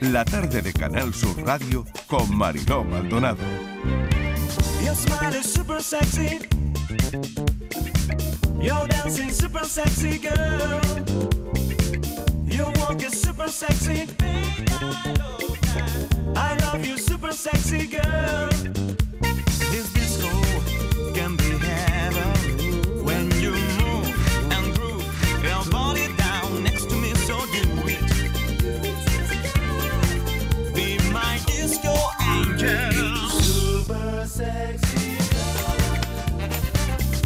La tarde de Canal Sur Radio con Mariló Maldonado. Your smile is super sexy. Your dancing super sexy girl. Your walk is super sexy. I love you super sexy girl. This disco can be heaven when you move and groove your body down next to me so do it. Be my disco angel. Super sexy.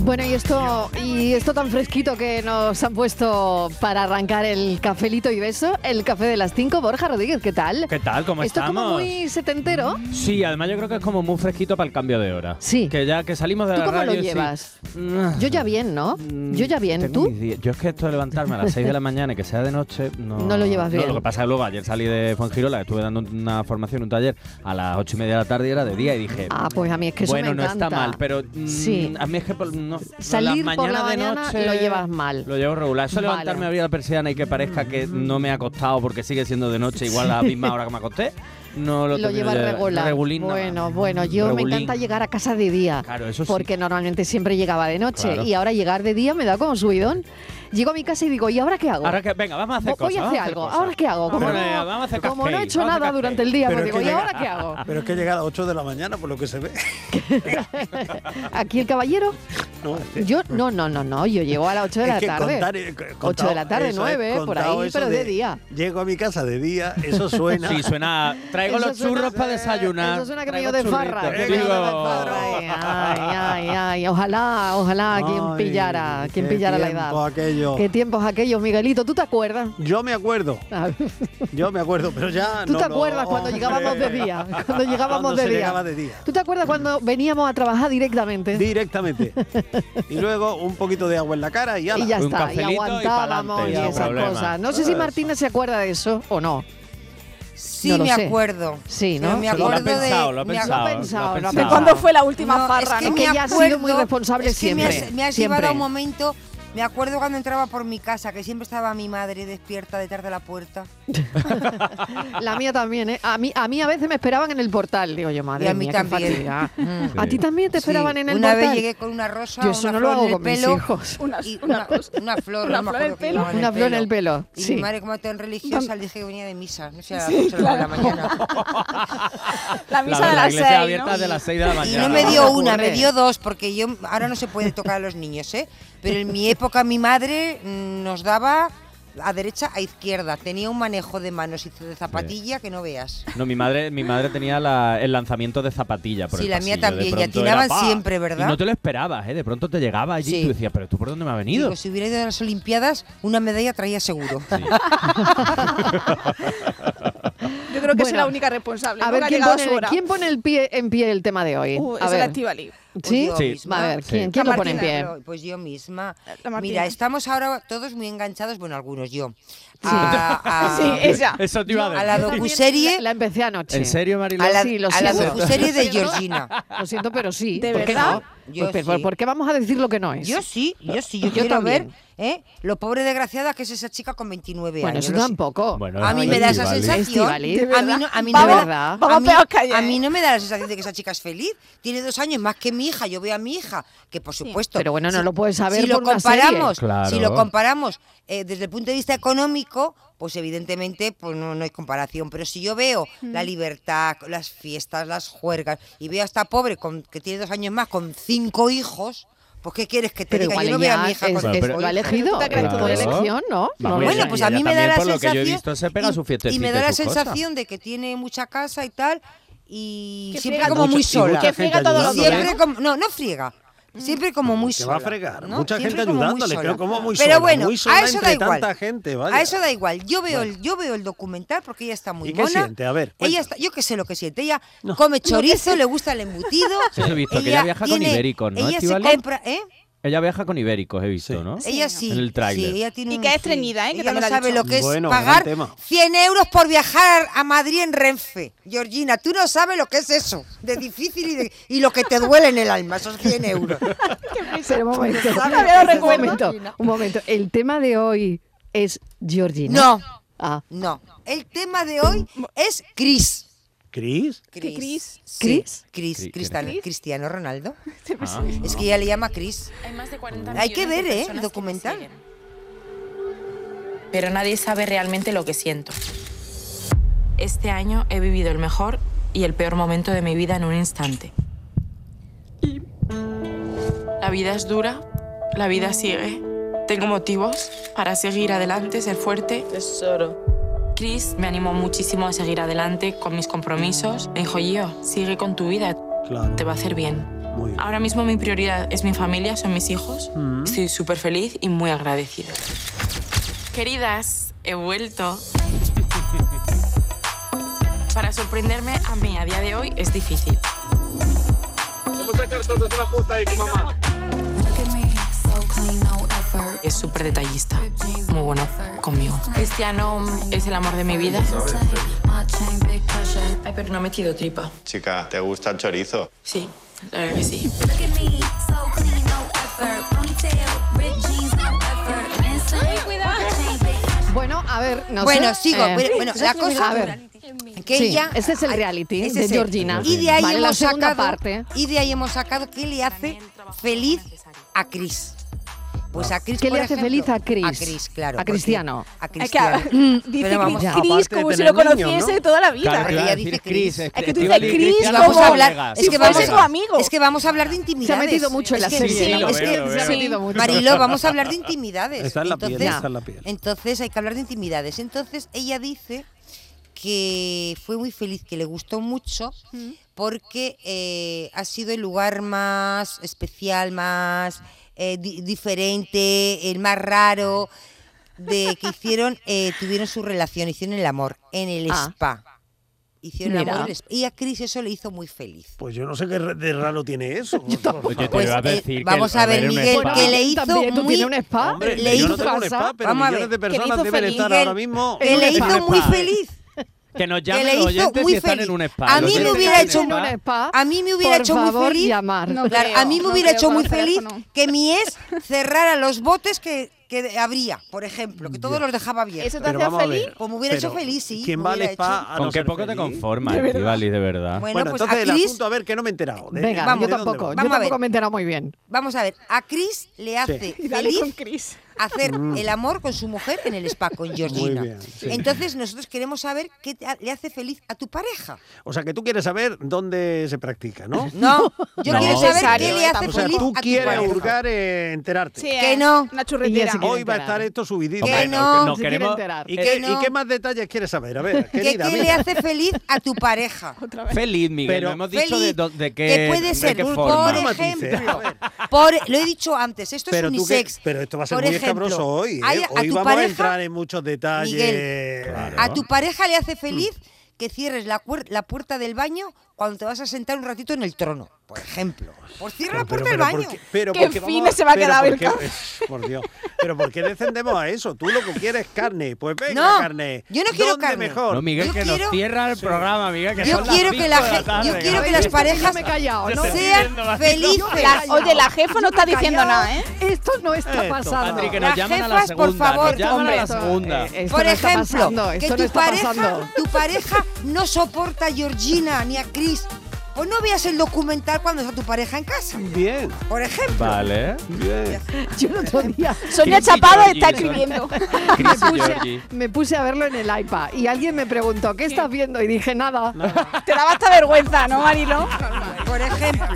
Bueno, y esto, y esto tan fresquito que nos han puesto para arrancar el cafelito y beso, el café de las 5, Borja Rodríguez, ¿qué tal? ¿Qué tal? ¿Cómo esto estamos? Mm, como muy setentero. Sí, además yo creo que es como muy fresquito para el cambio de hora. Sí. Que ya que salimos de ¿Tú la cómo radio... lo sí. llevas? Mm, Yo ya bien, ¿no? Yo ya bien, tengo ¿tú? mis días. Yo es que esto de levantarme a las 6 de la mañana y que sea de noche... No, No lo llevas bien. lo que pasa es que luego ayer salí de Fuengirola, estuve dando una formación, un taller, a las 8 y media de la tarde y era de día y dije... Ah, pues a mí es que eso bueno, me no está encanta. mal, pero mm, Sí. a mí es que por, no, Salir las por la mañanas mañana de noche lo llevas mal. Lo llevo regular. Eso Vale. levantarme a abrir la persiana y que parezca que no me ha acostado porque sigue siendo de noche, igual a la misma hora que me acosté, no lo Lo termino llevas de- regular. regulín nada más. bueno, bueno, yo Regulín. me encanta llegar a casa de día. Claro, eso sí. Porque normalmente siempre llegaba de noche Claro. y ahora llegar de día me da como subidón. Llego a mi casa y digo, ¿y ahora qué hago? Ahora que, venga, vamos a hacer Voy cosas. a vamos hacer hacer algo. cosas. ¿Ahora qué hago? Como, Pero, eh, no, vamos a hacer como no he café, hecho vamos a nada hacer café. durante el día, Pero pues es digo, que ¿y llega- ahora qué hago? Pero es que llega a las 8 de la mañana, por lo que se ve. ¿Aquí el caballero? No, este Yo, no, no, no, no, yo llego a las 8 de la es que tarde. contar, eh, c- contado- Ocho de la tarde, eso es, nueve, por contado ahí, eso pero de día. Llego a mi casa de día, eso suena. Sí, suena. Traigo Eso los suena- churros para desayunar. Eso suena que me traigo dio de churritos. farra. que Eh, me dio de digo- farra. Ay, ay, ay, ay. Ojalá, ojalá quien Ay, pillara, quien qué pillara la edad. tiempo aquello. Qué tiempos aquellos, Miguelito. ¿Tú te acuerdas? eh, Yo me acuerdo, A ver, yo me acuerdo, pero ya ¿Tú no te lo- acuerdas cuando hombre. llegábamos de día? Cuando llegábamos Cuando de, se día. llegaba de día. ¿Tú te acuerdas cuando veníamos a trabajar directamente? Directamente. Y luego un poquito de agua en la cara y, ala. y ya Un está, y cafelito y aguantábamos y, pa'lante, sin esas problema. cosas. No sé si Martina se acuerda de eso o no. Sí, No lo me sé. acuerdo. Sí, ¿no? Pero me Se Lo ha acuerdo pensado, de. lo ha me ac- pensado. lo pensado, ha lo ha pensado. pensado. ¿Cuándo fue la última No, farra? Es que, no? que me ella ha sido acuerdo- muy responsable es que Me siempre, has, me has siempre. llevado a un momento. Me acuerdo cuando entraba por mi casa, que siempre estaba mi madre despierta detrás de la puerta. La mía también, ¿eh? A mí, a mí a veces me esperaban en el portal. Digo yo, madre Y a mí mía, también. qué fatiga. Mm. ¿A ti también te esperaban Sí, en el Una portal? vez llegué con una rosa, Yo eso una no lo flor hago en el con mis pelo hijos. Una- y una una, cosa. una flor, Una no flor me en acuerdo qué pelo. llevaba Una flor en el pelo, Y sí. mi madre, como tan religiosa, le dije que venía de misa, no sé, a las Sí, ocho de la claro. mañana. La misa de la las iglesia seis, abierta ¿no? de las 6 de la Y mañana. no me no dio me una, me ocurre. dio dos, porque yo ahora no se puede tocar a los niños, ¿eh? Pero en mi época mi madre mm, nos daba a derecha, a izquierda. Tenía un manejo de manos y de zapatilla que no veas. No, mi madre, mi madre tenía la- el lanzamiento de zapatilla por Sí, el la pasillo. mía De también, y pronto era, atinaban ¡pa! siempre, ¿verdad? Y no te lo esperabas, ¿eh? De pronto te llegaba allí Sí. y tú decías, pero ¿tú por dónde me has venido? Digo, si hubiera ido a las Olimpiadas, una medalla traía seguro. Yo creo que es Bueno, la única responsable. A ¿no? ver, Que ha ¿quién llegado pone, su hora. quién pone el pie, en pie el tema de hoy? Uh, a esa es la ver, Estivali. ¿sí? Pues yo Sí. misma. A ver, Sí. ¿quién, quién La lo pone en Martina, pie? Pero, Pues yo misma. La Martina. Mira, estamos ahora todos muy enganchados, bueno, algunos yo, a, a- Sí, esa. Eso te iba a Ah, a decir. la La, docuserie, la empecé anoche. ¿En serio, Mariló? a la, sí, lo a la siento. docuserie de Georgina. Lo siento, pero sí. ¿De ¿Por qué verdad? no? Yo Pues, pero sí. ¿Por qué vamos a decir lo que no es? Yo sí, yo sí, yo, Yo quiero también. ver ¿eh? lo pobre desgraciada que es esa chica con 29 bueno, años. eso lo sé. tampoco. Bueno, ¿eh? A mí me da esa Estivali. sensación. A Estivali. mí De no, a mí no Vamos- me da, vamos a mí- peor que ayer. a ¿eh? mí no me da la sensación de que esa chica es feliz. Tiene dos años más que mi hija. Yo veo a mi hija, que por supuesto. Pero bueno, no lo puedes saber Si lo por una comparamos, serie. Claro. si lo comparamos eh, desde el punto de vista económico, pues evidentemente pues no, no hay comparación. Pero si yo veo la libertad, las fiestas, las juergas, y veo a esta pobre con, que tiene dos años más con cinco hijos. Pues qué quieres que te Pero diga, igual yo no veo a ella mi es, hija con es- cinco lo ha hijos. elegido, Pero tú te es crees por todo eso. elección, ¿no? Vamos, No lo Bueno, sé. pues ella a mí me da también, la por lo que yo he sensación. visto, se pega y- su y fiestecita me y da la sus cosas. sensación de que tiene mucha casa y tal. Y Que siempre friega como mucho- muy y sola. mucha Que friega gente todos los ayudando, días. Siempre como. No, no friega. Siempre como muy Que sola. va a fregar. ¿no? Mucha Siempre gente como muy ayudándole, sola. pero como muy Pero sola, bueno, muy sola a eso entre da igual. tanta gente, vaya. A eso da igual. Yo veo, el, yo veo el documental porque ella está muy ¿Y qué mona. siente? A ver, cuenta. ella está, yo qué sé lo que siente. Ella come chorizo, le gusta el embutido. Sí, eso he visto, que ella viaja con ibéricos, ¿no, Ella se Estíbaliz? compra, ¿eh? Ella viaja con ibéricos, he visto, ¿no? Ella sí. En el tráiler. sí, ella tiene Y un- que es sí. estreñida, ¿eh? Que Ella también no lo ha sabe dicho. lo que es Bueno, gran pagar tema. 100 euros por viajar a Madrid en Renfe. Georgina, tú no sabes lo que es eso. De difícil y, de- y lo que te duele en el alma, esos 100 euros. Pero un momento, Todavía un lo recuerdo. momento, un momento. El tema de hoy es Georgina. No, Ah, no. El tema de hoy es Cris. ¿Cris? ¿Qué, Cris? ¿Cris? Cris, Cri- Cristiano, Cris. Cristiano Ronaldo. Ah. Es que ella le llama Cris. Hay más de 40 Hay que millones de ver, ¿eh? personas El documental. que me siguen. Pero nadie sabe realmente lo que siento. Este año he vivido el mejor y el peor momento de mi vida en un instante. La vida es dura, la vida sigue. Tengo motivos para seguir adelante, ser fuerte. Tesoro. Chris me animó muchísimo a seguir adelante con mis compromisos. Me dijo, yo, sigue con tu vida, Claro. te va a hacer bien. Muy bien. Mm. Ahora mismo mi prioridad es mi familia, son mis hijos. Estoy súper feliz y muy agradecida. Queridas, he vuelto. Para sorprenderme a mí a día de hoy es difícil. Es súper detallista, muy bueno conmigo. Cristiano es el amor de mi vida. Ay, pero no ha metido tripa. Chica, ¿te gusta el chorizo? Sí, la verdad que sí. Bueno, a ver, no sé. Bueno, sigo. Eh, Bueno, bueno, la cosa. A ver, que sí, ella- este es el ah, reality ese de es el- Georgina. Y de ahí Vale, la hemos segunda sacado, parte. Y de ahí hemos sacado qué le hace feliz a Cris. Pues a Cris, ¿Qué por le hace ejemplo, feliz a Cris? A Cris, A claro. porque- Cristiano. A Ay, claro. Cristiano. Dice Pero vamos, Cris, ya, Cris, aparte de como si tener lo niños, conociese ¿no? de toda la vida. Claro, ella claro, dice decir Cris. Cris, que eh, tú iba a dices decir Cris Cristiano vamos a Bodegas. hablar, Si es que fuese vamos tu a- amigo. Es que vamos a hablar de intimidades. Se ha metido mucho en Es la que- serie. sí, ¿no? es que- se ha sí. metido mucho. Mariló, vamos a hablar de intimidades. Está en la piel, entonces, está en la piel. Entonces hay que hablar de intimidades. Entonces ella dice que fue muy feliz, que le gustó mucho porque eh, ha sido el lugar más especial, más eh, di- diferente, el más raro de que hicieron, eh, tuvieron su relación, hicieron el amor en el Ah. spa. Hicieron el Mira. amor en el spa. Y a Cris eso le hizo muy feliz. Pues yo no sé qué de raro tiene eso. Oye, te Pues, iba a eh, decir que vamos el- a ver, un Miguel, spa- que le hizo También, ¿Tú muy- tienes un spa? Hombre, Le yo no hizo- tengo un spa, pero Vamos a millones ver, de que le personas hizo deben feliz. estar Miguel, ahora mismo. Que en le un spa. hizo muy Spa. feliz. Que nos que llamen le los hizo oyentes muy si están feliz. en un spa. A Los mí me oyentes hubiera que están hecho en un spa. A mí me hubiera Por hecho favor, muy feliz. llamar. No Claro, creo, a mí me no hubiera creo hecho con muy el feliz teléfono. que mi ex cerrara los botes que, que habría, por ejemplo, que todos los dejaba ¿Eso abiertos. te hacía feliz? Pues me hubiera hecho pero feliz, sí, ¿Quién me va al hubiera spa hecho. a no ¿Con qué ser poco te feliz? conformas, Estivali, de verdad? Bueno, Ah. Bueno, pues a entonces el Cris, asunto, a ver, que no me he enterado. ¿eh? De- Venga, Vamos, ¿de yo dónde tampoco. va? Yo Vamos a ver. tampoco me he enterado muy bien. vamos a ver, a Cris le hace Y dale con feliz Cris. hacer el amor con su mujer en el spa con Georgina. Mm. bien, sí. Entonces nosotros queremos saber qué te ha- le hace feliz a tu pareja. O sea, que tú quieres saber dónde se practica, ¿no? No, yo No. quiero saber qué Necesario, le hace O sea, feliz tú a tu quieres pareja. hurgar eh, enterarte. Sí, Que eh, no. Una churretera. Y ese- Hoy va a estar esto subidito. Que Hombre, no, no se quiere queremos... enterar. ¿Y, Que qué, y no. qué más detalles quieres saber? A ver, ¿Qué, querida. qué le mira. hace feliz a tu pareja? Feliz, Miguel. Pero no hemos dicho feliz, de, do- de qué, que de puede ser, qué por forma. Matices, a ejemplo, ver. por- lo he dicho antes, esto Pero, es tú qué- unisex. pero esto va a ser Por muy ejemplo, escabroso hoy. ¿eh? hay- a Hoy tu vamos a pareja- entrar en Mm. muchos detalles. Miguel, A tu pareja le hace feliz que cierres la, cuer- la puerta del baño cuando te vas a sentar un ratito en el trono, por ejemplo. Por cierra la puerta del ¿por baño. qué- Pues, pero Qué por qué fina vamos se va a pero quedar por qué- Beltrán. Por Dios. Pero ¿por qué descendemos a eso? Tú lo que quieres es carne. Pues venga, No, carne. yo no quiero ¿Dónde carne. mejor? No, Miguel, Yo que quiero- nos cierra el programa, Miguel. Que Yo son las quiero que cinco la de gente, yo tarde, quiero que cabrón. las Esto que yo parejas me he callado, ¿no? sean felices. La- oye, la jefa no está diciendo nada, ¿eh? Esto no está Esto, pasando. Patri, que Las nos llaman a la jefas, por segunda. favor, nos llaman a la esto- segunda. eh, esto Por no está ejemplo, pasando, que esto tu, no está pareja, pasando. tu pareja no soporta a Georgina ni a Chris. Pues no veas el documental cuando está tu pareja en casa, Bien. por ejemplo. Vale. Yo el otro día Sonia Cris y Chapado Georgie está son- escribiendo. Cris y puse a- Georgie. me puse a verlo en el iPad y alguien me preguntó, ¿qué estás viendo? Y dije, nada. Te daba hasta vergüenza, ¿no, Marilo? Por ejemplo.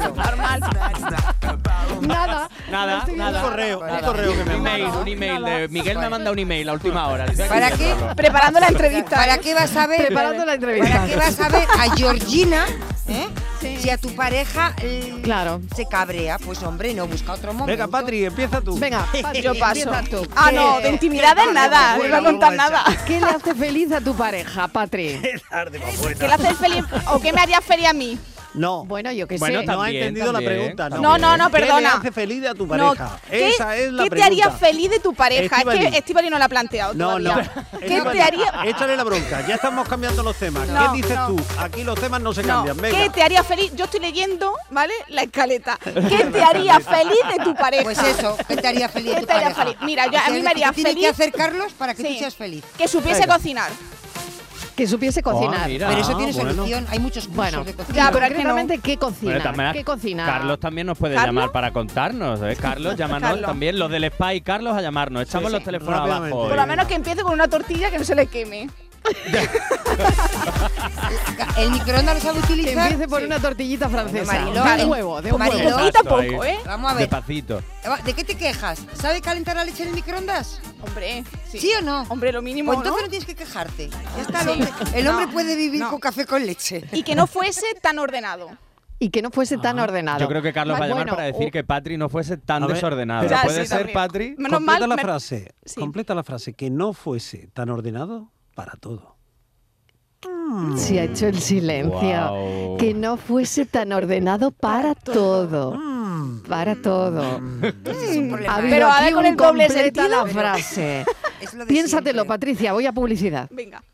Nada. Nada, nada. Un correo, un correo que me un email, manda. un email. de- Miguel me manda un email a última hora. ¿Para qué? Preparando la entrevista. ¿Para ¿eh? qué vas a ver? Preparando la entrevista. ¿Para qué vas a ver a Georgina eh? si a tu pareja eh, Claro. se cabrea? Pues hombre, no, busca otro momento. Venga, Patri, empieza tú. Venga, Patri, Yo paso. empieza tú. Ah, ¿Qué- no, de qué intimidades tal? nada. No Bueno, iba a contar vamos a nada. ¿Qué le hace feliz a tu pareja, Patri? Tarde, pues, más ¿Qué buena. le hace feliz o qué me haría feliz a mí? No. Bueno, yo qué Bueno, sé. no ha también, entendido la también, pregunta. No, no, no, ¿Qué le perdona. hace feliz a tu No, pareja? ¿qué, Esa es la qué te pregunta. haría feliz de tu pareja? Es Estíbaliz. que Estivali no la ha planteado No, no. todavía. ¿Qué Estíbaliz, te haría? Échale la bronca. Ya estamos cambiando los temas. No, ¿Qué dices no. tú? Aquí los temas no se No, cambian. Venga. ¿qué te haría feliz? Yo estoy leyendo, ¿vale? La escaleta. ¿Qué te haría feliz de tu pareja? Pues eso, ¿qué te haría feliz? ¿Qué tu te haría pareja? feliz? Mira, yo- O sea, a mí me haría ¿qué tiene feliz- que hacer Carlos para que Sí. tú seas feliz? Que supiese Venga. cocinar. Que supiese cocinar. mira. Pero eso Ah, tiene bueno. solución. Hay muchos cursos Bueno, de cocina. ya, pero pero es que no. realmente ¿qué Bueno, de todas cocina? maneras, ¿Qué cocina? Carlos también nos puede ¿Carlos? llamar para contarnos, ¿eh? Carlos, llámanos Carlos. también. Los del spa y Carlos a llamarnos. Echamos Sí, los sí. teléfonos Rápidamente. abajo. ¿eh? Por hoy. lo menos que empiece con una tortilla que no se le queme. El microondas lo sabe que utilizar. empiece por Sí. una tortillita francesa. Mariló, de el- un huevo, de un Mariló, huevo. Poquito a Paso ahí. poco, ¿eh? Vamos a ver. Despacito. Eva, Ah, ¿De qué te quejas? ¿Sabe calentar la leche en el microondas? Hombre, sí. ¿Sí o no? Hombre, lo mínimo, Pues entonces ¿no? no, tienes que quejarte. Ya está, el Sí. hombre, el No, hombre puede vivir no. con café con leche. Y que no fuese tan ordenado. Y que no fuese tan ordenado. Yo creo que Carlos va a llamar Bueno, para decir u- que Patri no fuese tan A ver, desordenado. pero- Ya, ¿Puede sí, ser, también. Patri? Menos completa mal, la me- frase. Sí. Completa la frase. Que no fuese tan ordenado para todo. Se uh, ha hecho el silencio. Guau. Que no fuese tan ordenado para todo. Para todo. Ese es un problema. Ha habido Pero a ver aquí con un el doble completa sentido. la frase. Es lo de Piénsatelo, siempre. Patricia. Voy a publicidad. Venga.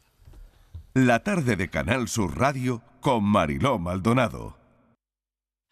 La tarde de Canal Sur Radio con Mariló Maldonado.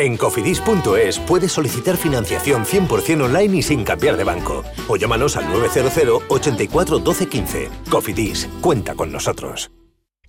En Cofidis.es puedes solicitar financiación 100% online y sin cambiar de banco. O llámanos al 900 84 12 15. Cofidis, cuenta con nosotros.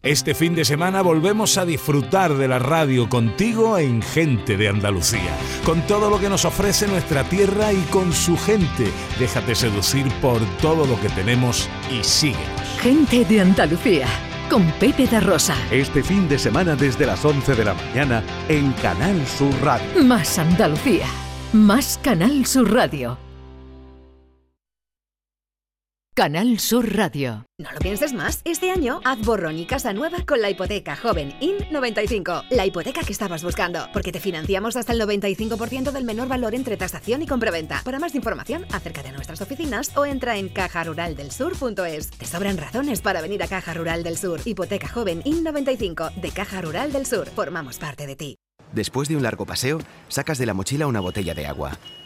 Este fin de semana volvemos a disfrutar de la radio contigo en Gente de Andalucía, con todo lo que nos ofrece nuestra tierra y con su gente. Déjate seducir por todo lo que tenemos y síguenos. Gente de Andalucía, con Pepe de Rosa. Este fin de semana desde las 11 de la mañana en Canal Sur Radio. Más Andalucía. Más Canal Sur Radio. Canal Sur Radio. No lo pienses más. Este año haz borrón y casa nueva con la hipoteca joven IN95. La hipoteca que estabas buscando. Porque te financiamos hasta el 95% del menor valor entre tasación y compraventa. Para más información, acerca de nuestras oficinas o entra en cajaruraldelsur.es. Te sobran razones para venir a Caja Rural del Sur. Hipoteca joven IN95 de Caja Rural del Sur. Formamos parte de ti. Después de un largo paseo, sacas de la mochila una botella de agua.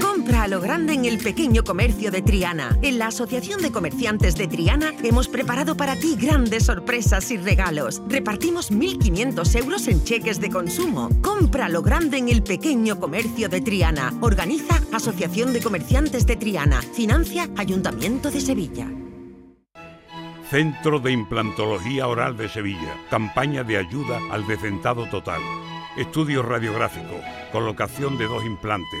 Compra a lo grande en el pequeño comercio de Triana. En la Asociación de Comerciantes de Triana hemos preparado para ti grandes sorpresas y regalos. Repartimos 1.500 euros en cheques de consumo. Compra a lo grande en el pequeño comercio de Triana. Organiza Asociación de Comerciantes de Triana. Financia Ayuntamiento de Sevilla. Centro de Implantología Oral de Sevilla. Campaña de ayuda al decentado total. Estudio radiográfico, colocación de dos implantes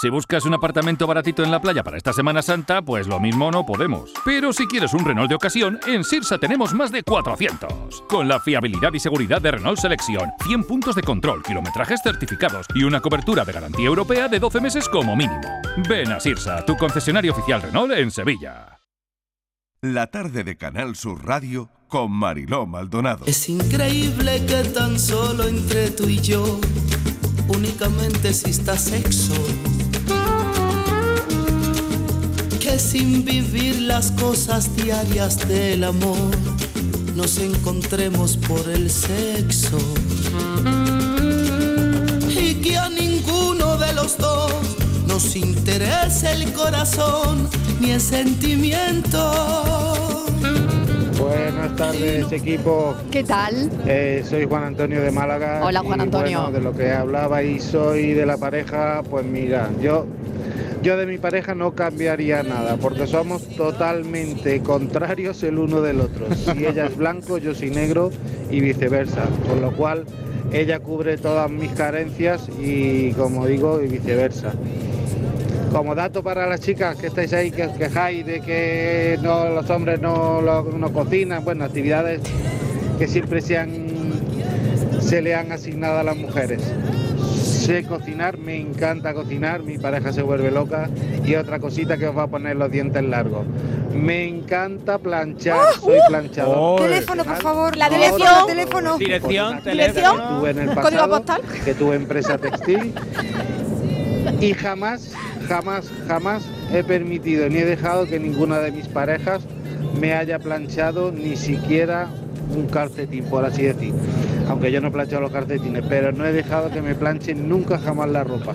Si buscas un apartamento baratito en la playa para esta Semana Santa, pues lo mismo no podemos. Pero si quieres un Renault de ocasión, en Sirsa tenemos más de 400. Con la fiabilidad y seguridad de Renault Selección, 100 puntos de control, kilometrajes certificados y una cobertura de garantía europea de 12 meses como mínimo. Ven a Sirsa, tu concesionario oficial Renault en Sevilla. La tarde de Canal Sur Radio con Mariló Maldonado. Increíble que tan solo entre tú y yo únicamente exista sexo. Que sin vivir las cosas diarias del amor nos encontremos por el sexo. Y que a ninguno de los dos nos interese el corazón ni el sentimiento. Buenas tardes, equipo. ¿Qué tal? Eh, soy Juan Antonio de Málaga. Hola, Juan y, Antonio. bueno, de lo que hablaba y soy de la pareja, pues mira, yo, yo de mi pareja no cambiaría nada, porque somos totalmente contrarios el uno del otro. Si ella es blanco, yo soy negro y viceversa. Con lo cual, ella cubre todas mis carencias y, como digo, y viceversa. Como dato para las chicas que estáis ahí, que os quejáis de que no, los hombres no, lo- no cocinan, bueno, actividades que siempre se, han, se le han asignado a las mujeres. Sé cocinar, me encanta cocinar, mi pareja se vuelve loca y otra cosita que os va a poner los dientes largos. Me encanta planchar, soy planchador. Teléfono, por favor. La por favor, dirección. el teléfono. Dirección, Dirección. Que tuve en el Código pasado, postal. Que tuve empresa textil. Y jamás, jamás, jamás he permitido ni he dejado que ninguna de mis parejas me haya planchado ni siquiera un calcetín, por así decir. Aunque yo no plancho los calcetines, pero no he dejado que me planchen nunca jamás la ropa.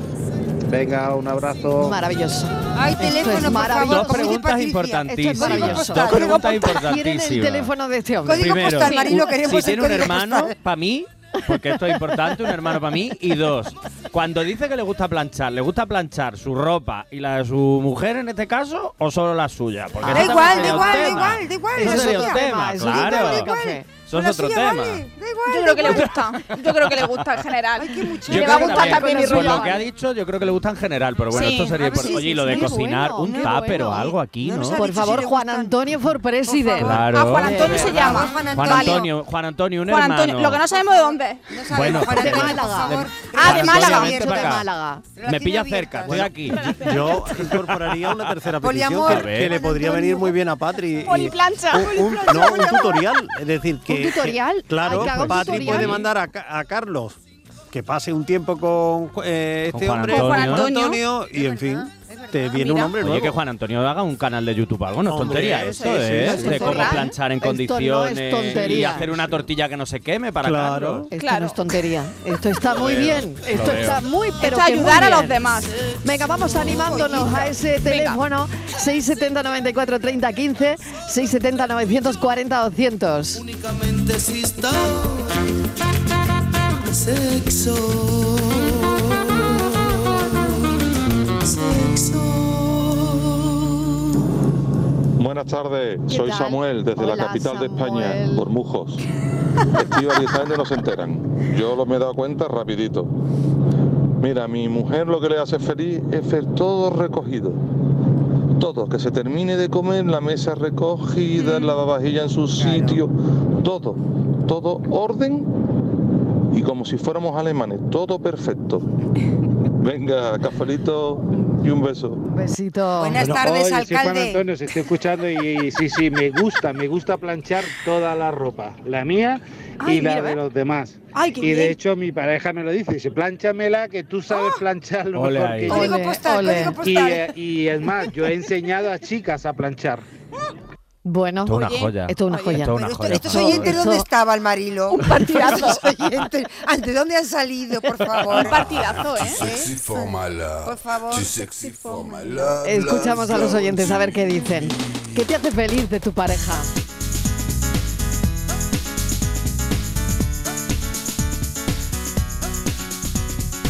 Venga, un abrazo. Maravilloso. Hay teléfono, por maravilloso. favor, Dos preguntas Esto es importantísimas. maravilloso. Dos Quieren preguntas el importantísimas. teléfono de este hombre. Primero, postal, Marilo, un- queremos si el tiene un código hermano, postal. para mí, porque esto es importante, un hermano para mí. Y dos, cuando dice que le gusta planchar, ¿le gusta planchar su ropa y la de su mujer en este caso o solo la suya? Porque Da eso igual, da también sería un igual, da tema. igual, da igual. Eso Eso sería es un otro tema, tema, eso es otro claro. tema, da igual. Eso es La otro suya tema. vale. Yo creo que le gusta. Yo creo que le gusta en general. Y le creo va a que gustar también mi Por lo ropa. que ha dicho, yo creo que le gusta en general, pero bueno, Sí, esto sería a ver, por- sí, Oye, sí, y lo de sí, muy cocinar, bueno, un muy tàper o algo aquí, ¿no? Por favor, Juan Antonio for President. Claro. Ah, Juan Antonio se llama. Juan Vale. Antonio, Juan Antonio, un Juan hermano. Antonio, lo que no sabemos de dónde es. Bueno, pues- Juan de Antonio, Málaga. por De- favor. Ah, de Juan Málaga. Antonio, vente para acá. Me pilla cerca, estoy aquí. Yo incorporaría una tercera petición Poliamor. que, que le podría venir muy bien a Patri. y- Poliplancha, un- un, poliplancha, no, un tutorial. Es decir, que. que- tutorial? Ay, claro, que haga un Patri tutorial. puede mandar a, Ca- a Carlos que pase un tiempo con eh, Con este Juan hombre. Antonio. Con Juan Antonio, Y en fin, te viene un hombre Oye, nuevo. que Juan Antonio haga un canal de YouTube o algo, no es Hombre, tontería sí, esto, sí, ¿eh? sí, sí, de sí. cómo Claro. planchar en Esto no es condiciones y tontería. hacer una tortilla que no se queme para Claro. Esto no es tontería. Esto está muy Lo veo, bien. lo Esto veo. está muy, pero Esto que ayudar muy a los bien. demás. Venga, vamos animándonos a ese teléfono 670 94 30 15 670 940 200. Únicamente exista sexo. Sexo. Buenas tardes, soy tal? Samuel desde Hola, la capital de España, Bormujos. Estiva y esta gente no se enteran. Yo lo me he dado cuenta rapidito. Mira, a mi mujer lo que le hace feliz es ver todo recogido. Todo, que se termine de comer, la mesa Mm. recogida, la lavavajilla en su sitio, todo, todo orden y como si fuéramos alemanes, todo perfecto. Venga, cafelito y un beso. Besito. Bueno, oye, soy Juan Antonio, se estoy escuchando y, y sí, sí, me gusta, me gusta planchar toda la ropa, la mía y Ay, la de mira, ve. los demás. Ay, qué y de bien. ¡Ah! hecho mi pareja me lo dice, dice, planchamela que tú sabes planchar lo Ole mejor ahí. que yo". Código Ole, postal, ole. código Y, postal. eh, y es más, yo he enseñado a chicas a planchar. Bueno, Esto es una Oye, joya. Esto es una oye, joya. esto es una Pero esto- joya. ¿Estos oyentes Eso- dónde estaba el marilo? Un partidazo. ¿Ante dónde han salido, por favor? Un partidazo, ¿eh? Sexy for my love. Por favor. Too sexy for my love. Escuchamos a los love, oyentes a ver qué dicen. ¿Qué te hace feliz de tu pareja?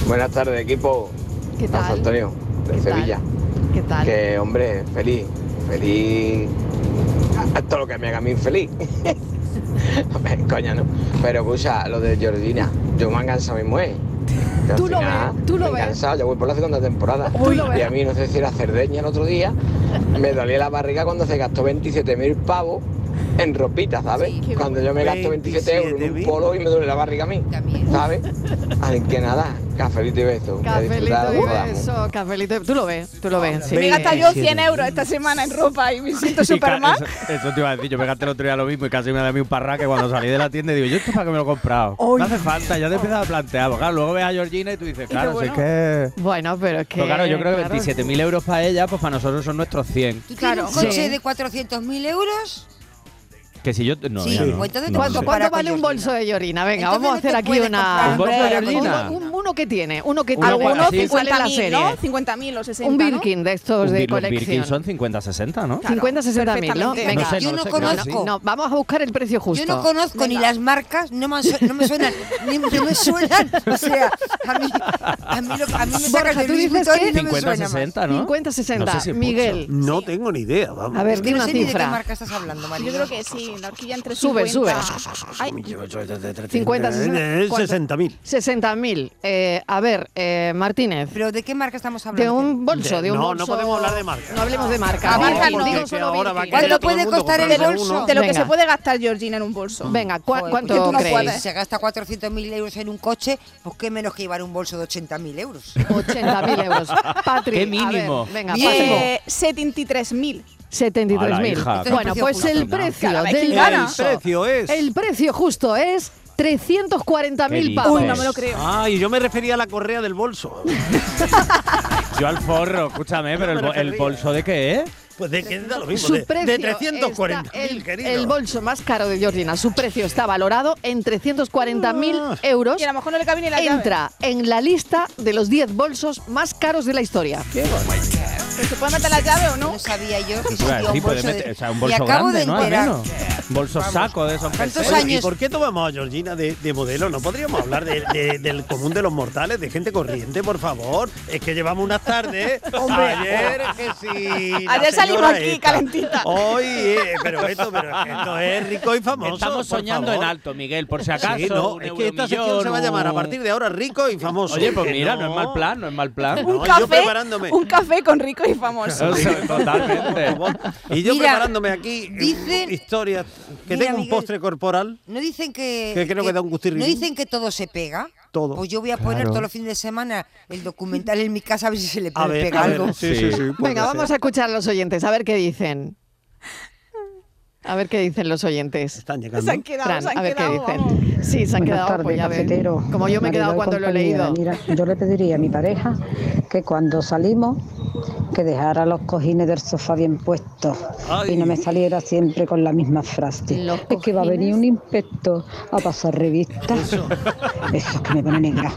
Buenas tardes, equipo. ¿Qué José tal? Antonio, de Sevilla. ¿Qué tal? Que, hombre, feliz. Feliz. a- a Todo lo que me haga a mí feliz. Hombre, Coña, ¿no? Pero, escucha, lo de Georgina. Yo me he enganchado a mi mujer. Al Tú lo final, ves, tú lo me he ves. cansado, ya voy por la segunda temporada. Uy. Tú lo y a ves. mí, no sé si era Cerdeña el otro día, me dolía la barriga cuando se gastó 27.000 pavos en ropita, ¿sabes? cuando yo me gasto 27 euros en un polo y me duele la barriga a mí, ¿sabes? Así que nada, cafelito y beso. Que disfrutar Cafelito del y programa. beso, cafelito. Tú lo ves, tú lo ves. sí. Me he gastado yo 100 euros esta semana en ropa y me siento Y ca- Superman. Eso, eso te iba a decir, yo me gasté el otro día lo mismo y casi me da a mí un parraque cuando salí de la tienda y digo, yo esto para qué me lo he comprado. Ay. No hace falta, ya te empiezas a plantear. porque, claro, luego ves a Georgina y tú dices, claro, si es que... Bueno, pero es que. Pero claro, yo creo que claro. 27.000 euros para ella, pues para nosotros son nuestros 100. ¿Tú tienes Claro. un coche Sí. de 400.000 euros? Que si yo... No, Sí, ya no. pues entonces No ¿Cuánto, sé. cuánto vale un bolso de llorina? Venga, Entonces vamos a no te hacer aquí puedes una. comprar ¿Un bolso de Hombre, llorina? un- uno que tiene, uno que Uno tiene. que Algunos así es. sale en la 50.000, ¿no? serie. 50.000 o 60. Un ¿no? Birkin de estos de Los Birkin colección. son 50, 60, ¿no? 50, 60 mil, ¿no? perfectamente. Venga, No sé, Yo no no sé, creo que conozco. sí. No, vamos a buscar el precio justo. Yo no conozco ni las marcas, no me, su- no me suenan, ni, no me suenan. O sea, a mí, a mí, lo- a mí me sacas Borja, de tú dices Vuitton y que no me suena más. 50-60, ¿no? 50-60. No sé si es Miguel, No tengo ni idea, vamos. a ver, di no una sé ni de qué cifra. marca estás hablando, Yo María. creo que sí, la horquilla entre Sube, 50. sube. Ay, 50, 60. ¿cuánto? 60.000. 60.000. Eh, a ver, eh, Martínez. ¿Pero de qué marca estamos De hablando? un bolso, de un no, bolso. no podemos hablar de marca. No hablemos de marca. No, Virgen, porque digo que solo ahora va a Virgen. querer ¿Cuánto todo el puede mundo costar el comprarse bolso? uno. de lo que Venga. se puede gastar Georgina en un bolso. pues, Venga, ¿cu- Joder, ¿cuánto porque tú no creéis? puedes. Si se gasta 400.000 euros en un coche, pues qué menos que llevar un bolso de 80.000 euros. 80.000 euros. Patri, Qué a ver, mínimo. venga, Bien. Patri. Eh, 73.000. Ala, 73.000. hija, bueno, precio pues justo. el Nada. precio Cada vez que del gana. bolso- El precio es- El precio justo es 340.000 Querido. pavos. Uy, no me lo creo. Ay, Ah, yo me refería a la correa del bolso. Yo al forro, escúchame, pero el, bo- el bolso de qué es? Pues de qué da lo Su mismo. De, precio de está- el, 340.000, querido. el bolso más caro de Georgina, su precio está valorado en 340.000 euros. Ah. Y a lo mejor no le cabe ni la llave. Entra en la lista de los 10 bolsos más caros de la historia. Pero ¿Se puede meter la llave o no? No sabía yo que Pues Iba a existía decir, un puede bolso meter- de... o sea, un y bolso acabo grande, de ¿no? Al enterar. menos. Bolso saco de esos ¿Cuántos pesetas. Oye, ¿Y años? por qué tomamos a Georgina de, de modelo? ¿No podríamos hablar de- de- del común de los mortales, de gente corriente, por favor? Es que llevamos unas tardes. Hombre, ayer que sí. la Ayer salimos señora aquí calentita. Hoy, eh, pero esto, pero esto es rico y famoso. Estamos por soñando en favor. alto, Miguel, por si acaso. Sí, no, un es que esta sección euromillón, se va a llamar a un- partir de ahora rico y famoso. Oye, pues Que mira, no es mal plan, no es mal plan. No, un, yo café, preparándome. un café con rico y famoso. O sea, Totalmente. Y yo Mira, preparándome aquí eh, dicen- historias que Mira, tengo un Miguel. postre corporal. No dicen que. Que creo que da un gustirri. No dicen que todo se pega. Todo. Pues yo voy a poner todos los fines de semana el documental en mi casa a ver si se le A ver, pega a ver, algo. sí, sí, pues sí, puede Venga, ser. vamos a escuchar a los oyentes, a ver qué dicen. A ver qué dicen los oyentes. Están Se llegando. han quedado, Fran, se han a ver qué quedado, vamos. dicen. Sí, se han Buenas quedado, tardes, pues ya ves. cafetero. Como yo me he quedado Marilo y cuando lo he leído. compañía. Mira, yo le pediría a mi pareja que cuando salimos que dejara los cojines del sofá bien puestos Ay. y no me saliera siempre con la misma frase. Los Es que va a venir un inspector a pasar revistas. Eso. es que me pone negra.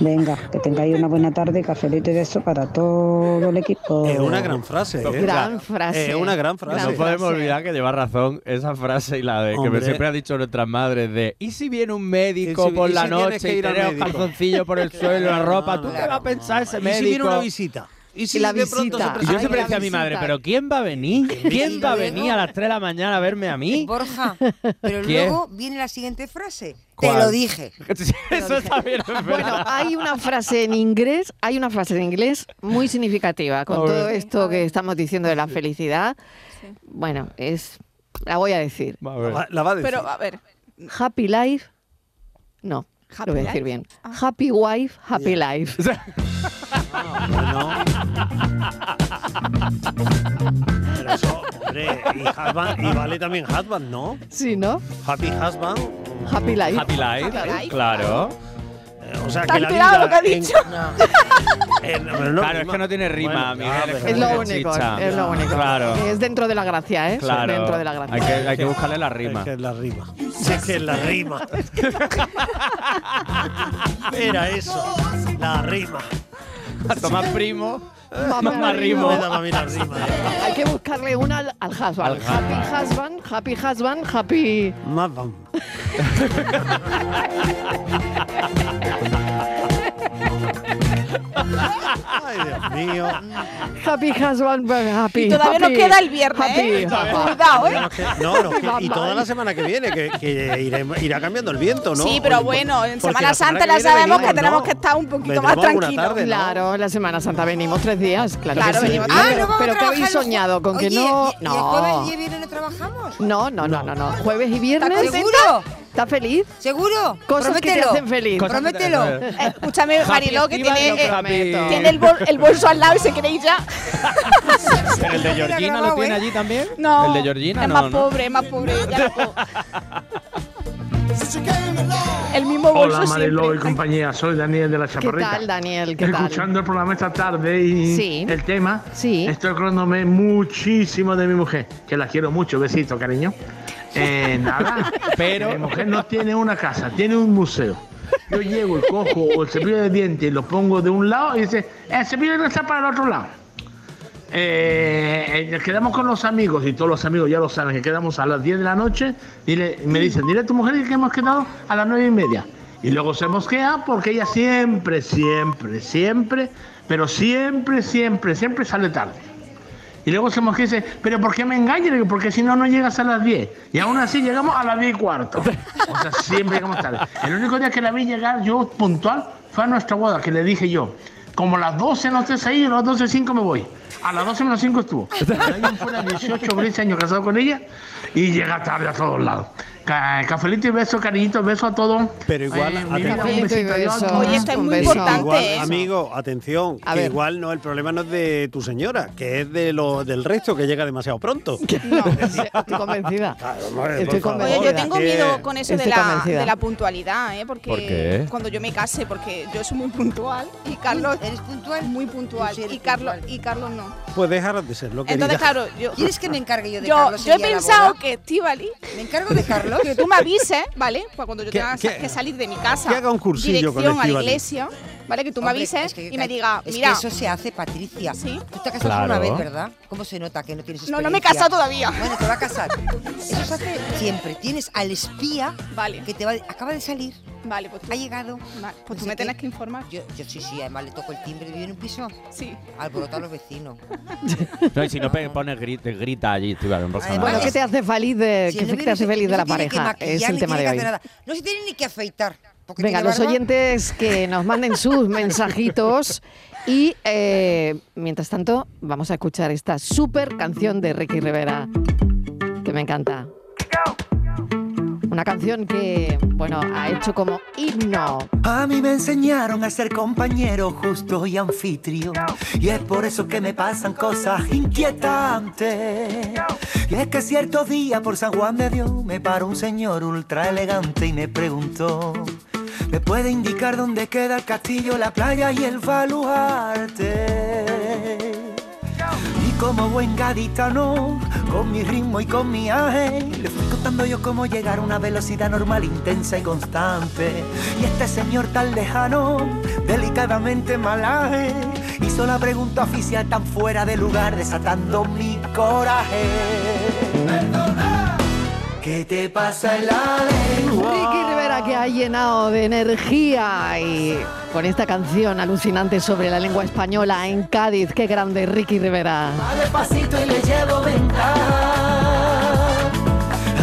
Venga, que tengáis una buena tarde, cafelito y beso para todo el equipo. Es una gran frase. ¿eh? Gran frase. Es una gran frase. Gran No podemos olvidar que lleva razón esa frase y la de que me Hombre. siempre ha dicho nuestras madres de ¿y si viene un ¿Y médico si- por y la si tienes noche que y ir al tiene los médico?" calzoncillos por el suelo, la ropa? ¿Tú qué Claro. va a pensar ese ¿Y médico? si viene una visita? ¿Y si la de pronto se visita. Y yo presenta? Ay, siempre la decía a mi madre, visita. ¿pero quién va a venir? ¿Quién va a venir a las 3 de la mañana a verme a mí? Borja, pero ¿Qué? luego viene la siguiente frase. ¿Cuál? Te lo dije. Sí, Eso también es verdad. Bueno, hay una frase en inglés, hay una frase en inglés muy significativa con todo esto que estamos diciendo de la felicidad. Bueno, es la voy a decir. A ver. Va- La va a decir. Pero a ver, Happy life. No, lo voy a decir bien. Ah. Happy wife, happy life. Bueno. Pero eso, hombre, y, husband- y vale también husband, ¿no? Sí, ¿no? Happy husband. Happy life. Happy Life, claro. eh, O sea, está que la alterado vida lo que ha en- dicho. en- pero no Claro, es rima. que no tiene rima, Bueno, Miguel. ah, que Es no lo tiene único, chicha. es lo único. Claro, Es dentro de la gracia, ¿eh? claro. Dentro de la Hay gracia. que, hay que buscarle la Es rima. que es la rima. Si es que es la rima. Era eso. La rima. Tomás primo, Mamá mamá Rimo. rimo. Me daba a mí la rima. Hay que buscarle una al, al husband. Al happy husband, happy husband, happy. Más vamos. Ay, Dios mío. Happy husband, but happy. Y todavía nos happy, queda el viernes, ¿eh? happy. Cuidado, ¿eh? Nos queda- No, nos queda- y toda la semana que viene, que, que iremos- irá cambiando el viento, ¿no? Sí, pero Oye, pues, bueno, en porque Semana la semana Santa que ya viene sabemos que venimos, tenemos ¿no? que estar un poquito Vendremos más alguna tranquilos. tarde, ¿no? Claro, la Semana Santa venimos tres días, claro. Claro, que sí. venimos Ah, Pero, no vamos pero a ¿qué habéis trabajar los- soñado? Con Oye, que no. ¿y- y no. el jueves y el viernes no trabajamos? No, no, no, no, no. Jueves y viernes. ¿Estás contento? ¿Estás feliz? ¿Seguro? Cosas que te Promételo. hacen feliz. Cosas que te Promételo. hacen feliz. Eh, Escúchame, Happy Mariló, que activa tiene, y lo eh, prometo. tiene el, bol- el bolso al lado y se cree ya. Pero el de Georgina lo tiene allí también. No, El de Georgina es no. ¿no? más pobre, es más pobre. ya lo puedo. el mismo bolso Hola Mariló y siempre. compañía, soy Daniel de la ¿Qué Chaparrita. tal, Daniel? ¿Qué tal? Escuchando el programa esta tarde y Sí. el tema, Sí. estoy acordándome muchísimo de mi mujer, que la quiero mucho, besito cariño. Eh, nada, pero mi mujer no tiene una casa, tiene un museo. Yo llego y cojo el cepillo de dientes y lo pongo de un lado y dice, el cepillo de dientes está para el otro lado. Eh, eh, quedamos con los amigos y todos los amigos ya lo saben, que quedamos a las 10 de la noche dile- y me dicen, dile a tu mujer que hemos quedado a las 9 y media. Y luego se mosquea porque ella siempre, siempre, siempre, pero siempre, siempre, siempre sale tarde. Y luego se mosquea y dice, pero ¿por qué me engañas? Le digo, Porque si no, no llegas a las 10. Y aún así llegamos a las 10 y cuarto. O sea, siempre llegamos tarde. El único día que la vi llegar yo puntual fue a nuestra boda, que le dije yo, como a las 12 no estés ahí, a las 12 5 me voy. A las 12 menos 5 estuvo. El año fuera 18 o 15 años casado con ella y llega tarde a todos lados. Ca- Cafelito y beso, cariñito, beso a todos. Pero igual, Eh, atención. mi vida, un besito a todos. Oye, esto es muy Igual, importante. Igual, eso. amigo, atención, A que ver. igual no el problema no es de tu señora, que es de lo del resto que llega demasiado pronto. Estoy convencida. hombre, Estoy por favor. convencida. Oye, Eh, yo tengo Bien. miedo con eso de Estoy la, convencida. de la puntualidad, ¿eh? Porque ¿Por qué? cuando yo me case, porque yo soy muy puntual y Carlos ¿Eres puntual? muy puntual y Carlos y Carlos no. Pues dejar de serlo, querida. Entonces, claro, yo ¿Quieres que me encargue yo de yo, Carlos yo he el día de la pensado boda? que Estivali, ¿Me encargo de Carlos? que tú me avises, ¿vale? Pues cuando yo Que- tenga que- que salir de mi casa, que haga un cursillo con dirección a la Estíbaliz. iglesia, ¿vale? Que tú me Hombre, avises es que- y me digas, es que mira, eso se hace, Patricia. Tú te casas Claro. una vez, ¿verdad? ¿Cómo se nota que no tienes No, experiencia? no me he casado todavía. Bueno, te va a casar. Eso se hace siempre. Tienes al espía que te va... Acaba de salir. Vale, pues Ha llegado. pues tú me tienes que informar. Yo, yo sí, sí. Además, le toco el timbre. ¿Vive en un piso? Sí. Alborota a los vecinos. No, y si no pe- pones grita, grita allí, tío, no pasa Bueno, nada. ¿qué te hace feliz de, Si qué él te viene- hace feliz de no la tiene que pareja? maquillar, Es el ni tema tiene de que hoy. hacer nada. No se tiene ni que afeitar. porque Venga, tiene los barba. oyentes que nos manden sus mensajitos y eh, mientras tanto vamos a escuchar esta súper canción de Ricky Rivera que me encanta. Una canción que, bueno, ha hecho como himno. A mí me enseñaron a ser compañero justo y anfitrión. Y es por eso que me pasan cosas inquietantes. Y es que cierto día por San Juan de Dios me paró un señor ultra elegante y me preguntó. ¿Me puede indicar dónde queda el castillo, la playa y el baluarte? Y como buen gaditano, con mi ritmo y con mi ángel, le fui contando yo cómo llegar a una velocidad normal, intensa y constante. Y este señor tan lejano, delicadamente malaje, hizo la pregunta oficial tan fuera de lugar, desatando mi coraje. ¿Qué te pasa en la lengua? Ricky Rivera que ha llenado de energía y con esta canción alucinante sobre la lengua española en Cádiz. Qué grande Ricky Rivera. Va despacito y le llevo ventaja.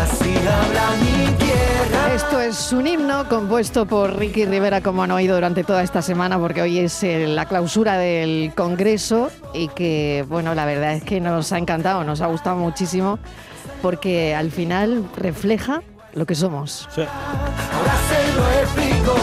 Así habla mi tierra. Esto es un himno compuesto por Ricky Rivera, como han oído durante toda esta semana, porque hoy es eh, la clausura del Congreso y que, bueno, la verdad es que nos ha encantado, nos ha gustado muchísimo, porque al final refleja lo que somos. Ahora se lo explico.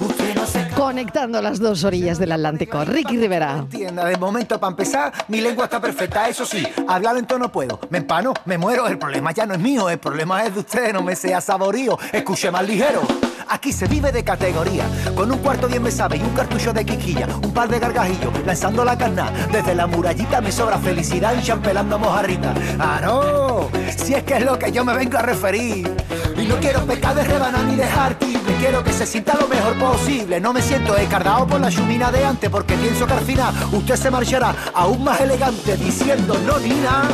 Usted no se Conectando las dos orillas del Atlántico. Ricky Rivera. entienda. De momento, para empezar, mi lengua está perfecta. Eso sí, hablar en tono puedo. Me empano, me muero. El problema ya no es mío. El problema es de ustedes. No me sea saborío. Escuche más ligero. Aquí se vive de categoría, con un cuarto bien me sabe y un cartucho de quiquilla, un par de gargajillos, lanzando la carna, desde la murallita me sobra felicidad y champelando mojarrita. Ah, no, si es que es lo que yo me vengo a referir. Y no quiero pecar de rebanar ni dejar Me quiero que se sienta lo mejor posible. No me siento escardado por la chumina de antes, porque pienso que al final usted se marchará aún más elegante, diciendo no ni nada,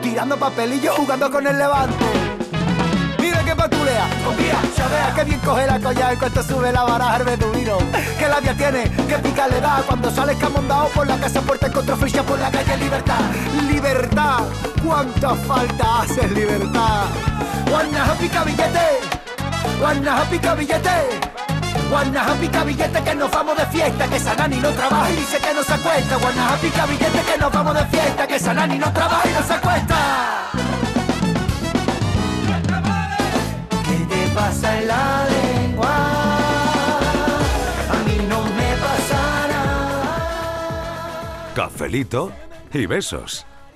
tirando papelillos, jugando con el levante. Mira que patulea, confía. Chavea que bien coge la collar cuando sube la baraja el beduino. Que labia tiene, que pica le da cuando sale camondado por la casa puerta contra flecha por la calle Libertad. Libertad, cuánta falta hace Libertad. Guanaja pica billete, guanaja pica billete. Guanaja pica billete que nos vamos de fiesta, que Sanani no trabaja y dice que no se acuesta. Guanaja pica billete que nos vamos de fiesta, que Sanani no trabaja y no se acuesta. ¿Qué te pasa en la lengua? A mí no me pasa Cafelito y besos.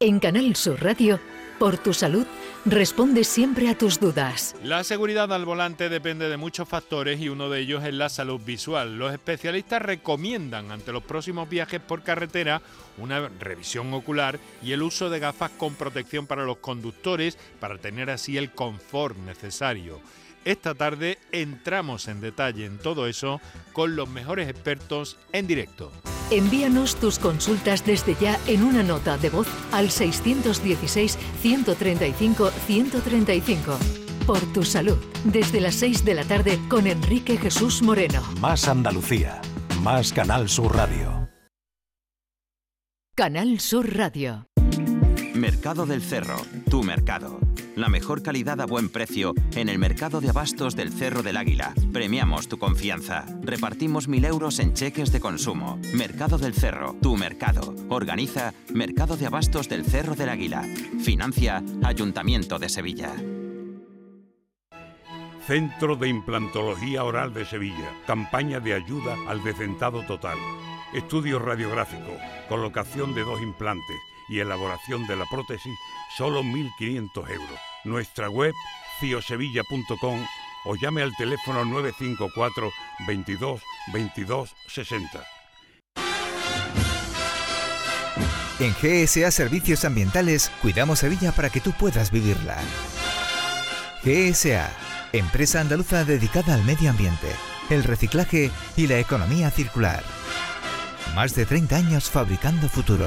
En Canal Sur Radio, por tu salud, responde siempre a tus dudas. La seguridad al volante depende de muchos factores y uno de ellos es la salud visual. Los especialistas recomiendan ante los próximos viajes por carretera una revisión ocular y el uso de gafas con protección para los conductores para tener así el confort necesario. Esta tarde entramos en detalle en todo eso con los mejores expertos en directo. Envíanos tus consultas desde ya en una nota de voz al 616-135-135. Por tu salud, desde las 6 de la tarde con Enrique Jesús Moreno. Más Andalucía. Más Canal Sur Radio. Canal Sur Radio. Mercado del Cerro, tu mercado. La mejor calidad a buen precio en el mercado de abastos del Cerro del Águila. Premiamos tu confianza. Repartimos mil euros en cheques de consumo. Mercado del Cerro, tu mercado. Organiza Mercado de Abastos del Cerro del Águila. Financia Ayuntamiento de Sevilla. Centro de Implantología Oral de Sevilla. Campaña de ayuda al decentado total. Estudio radiográfico, colocación de dos implantes y elaboración de la prótesis, solo 1.500 euros. Nuestra web, ciosevilla.com o llame al teléfono 954 22 22 60. En GSA Servicios Ambientales cuidamos Sevilla para que tú puedas vivirla. GSA, empresa andaluza dedicada al medio ambiente, el reciclaje y la economía circular. Más de 30 años fabricando futuro.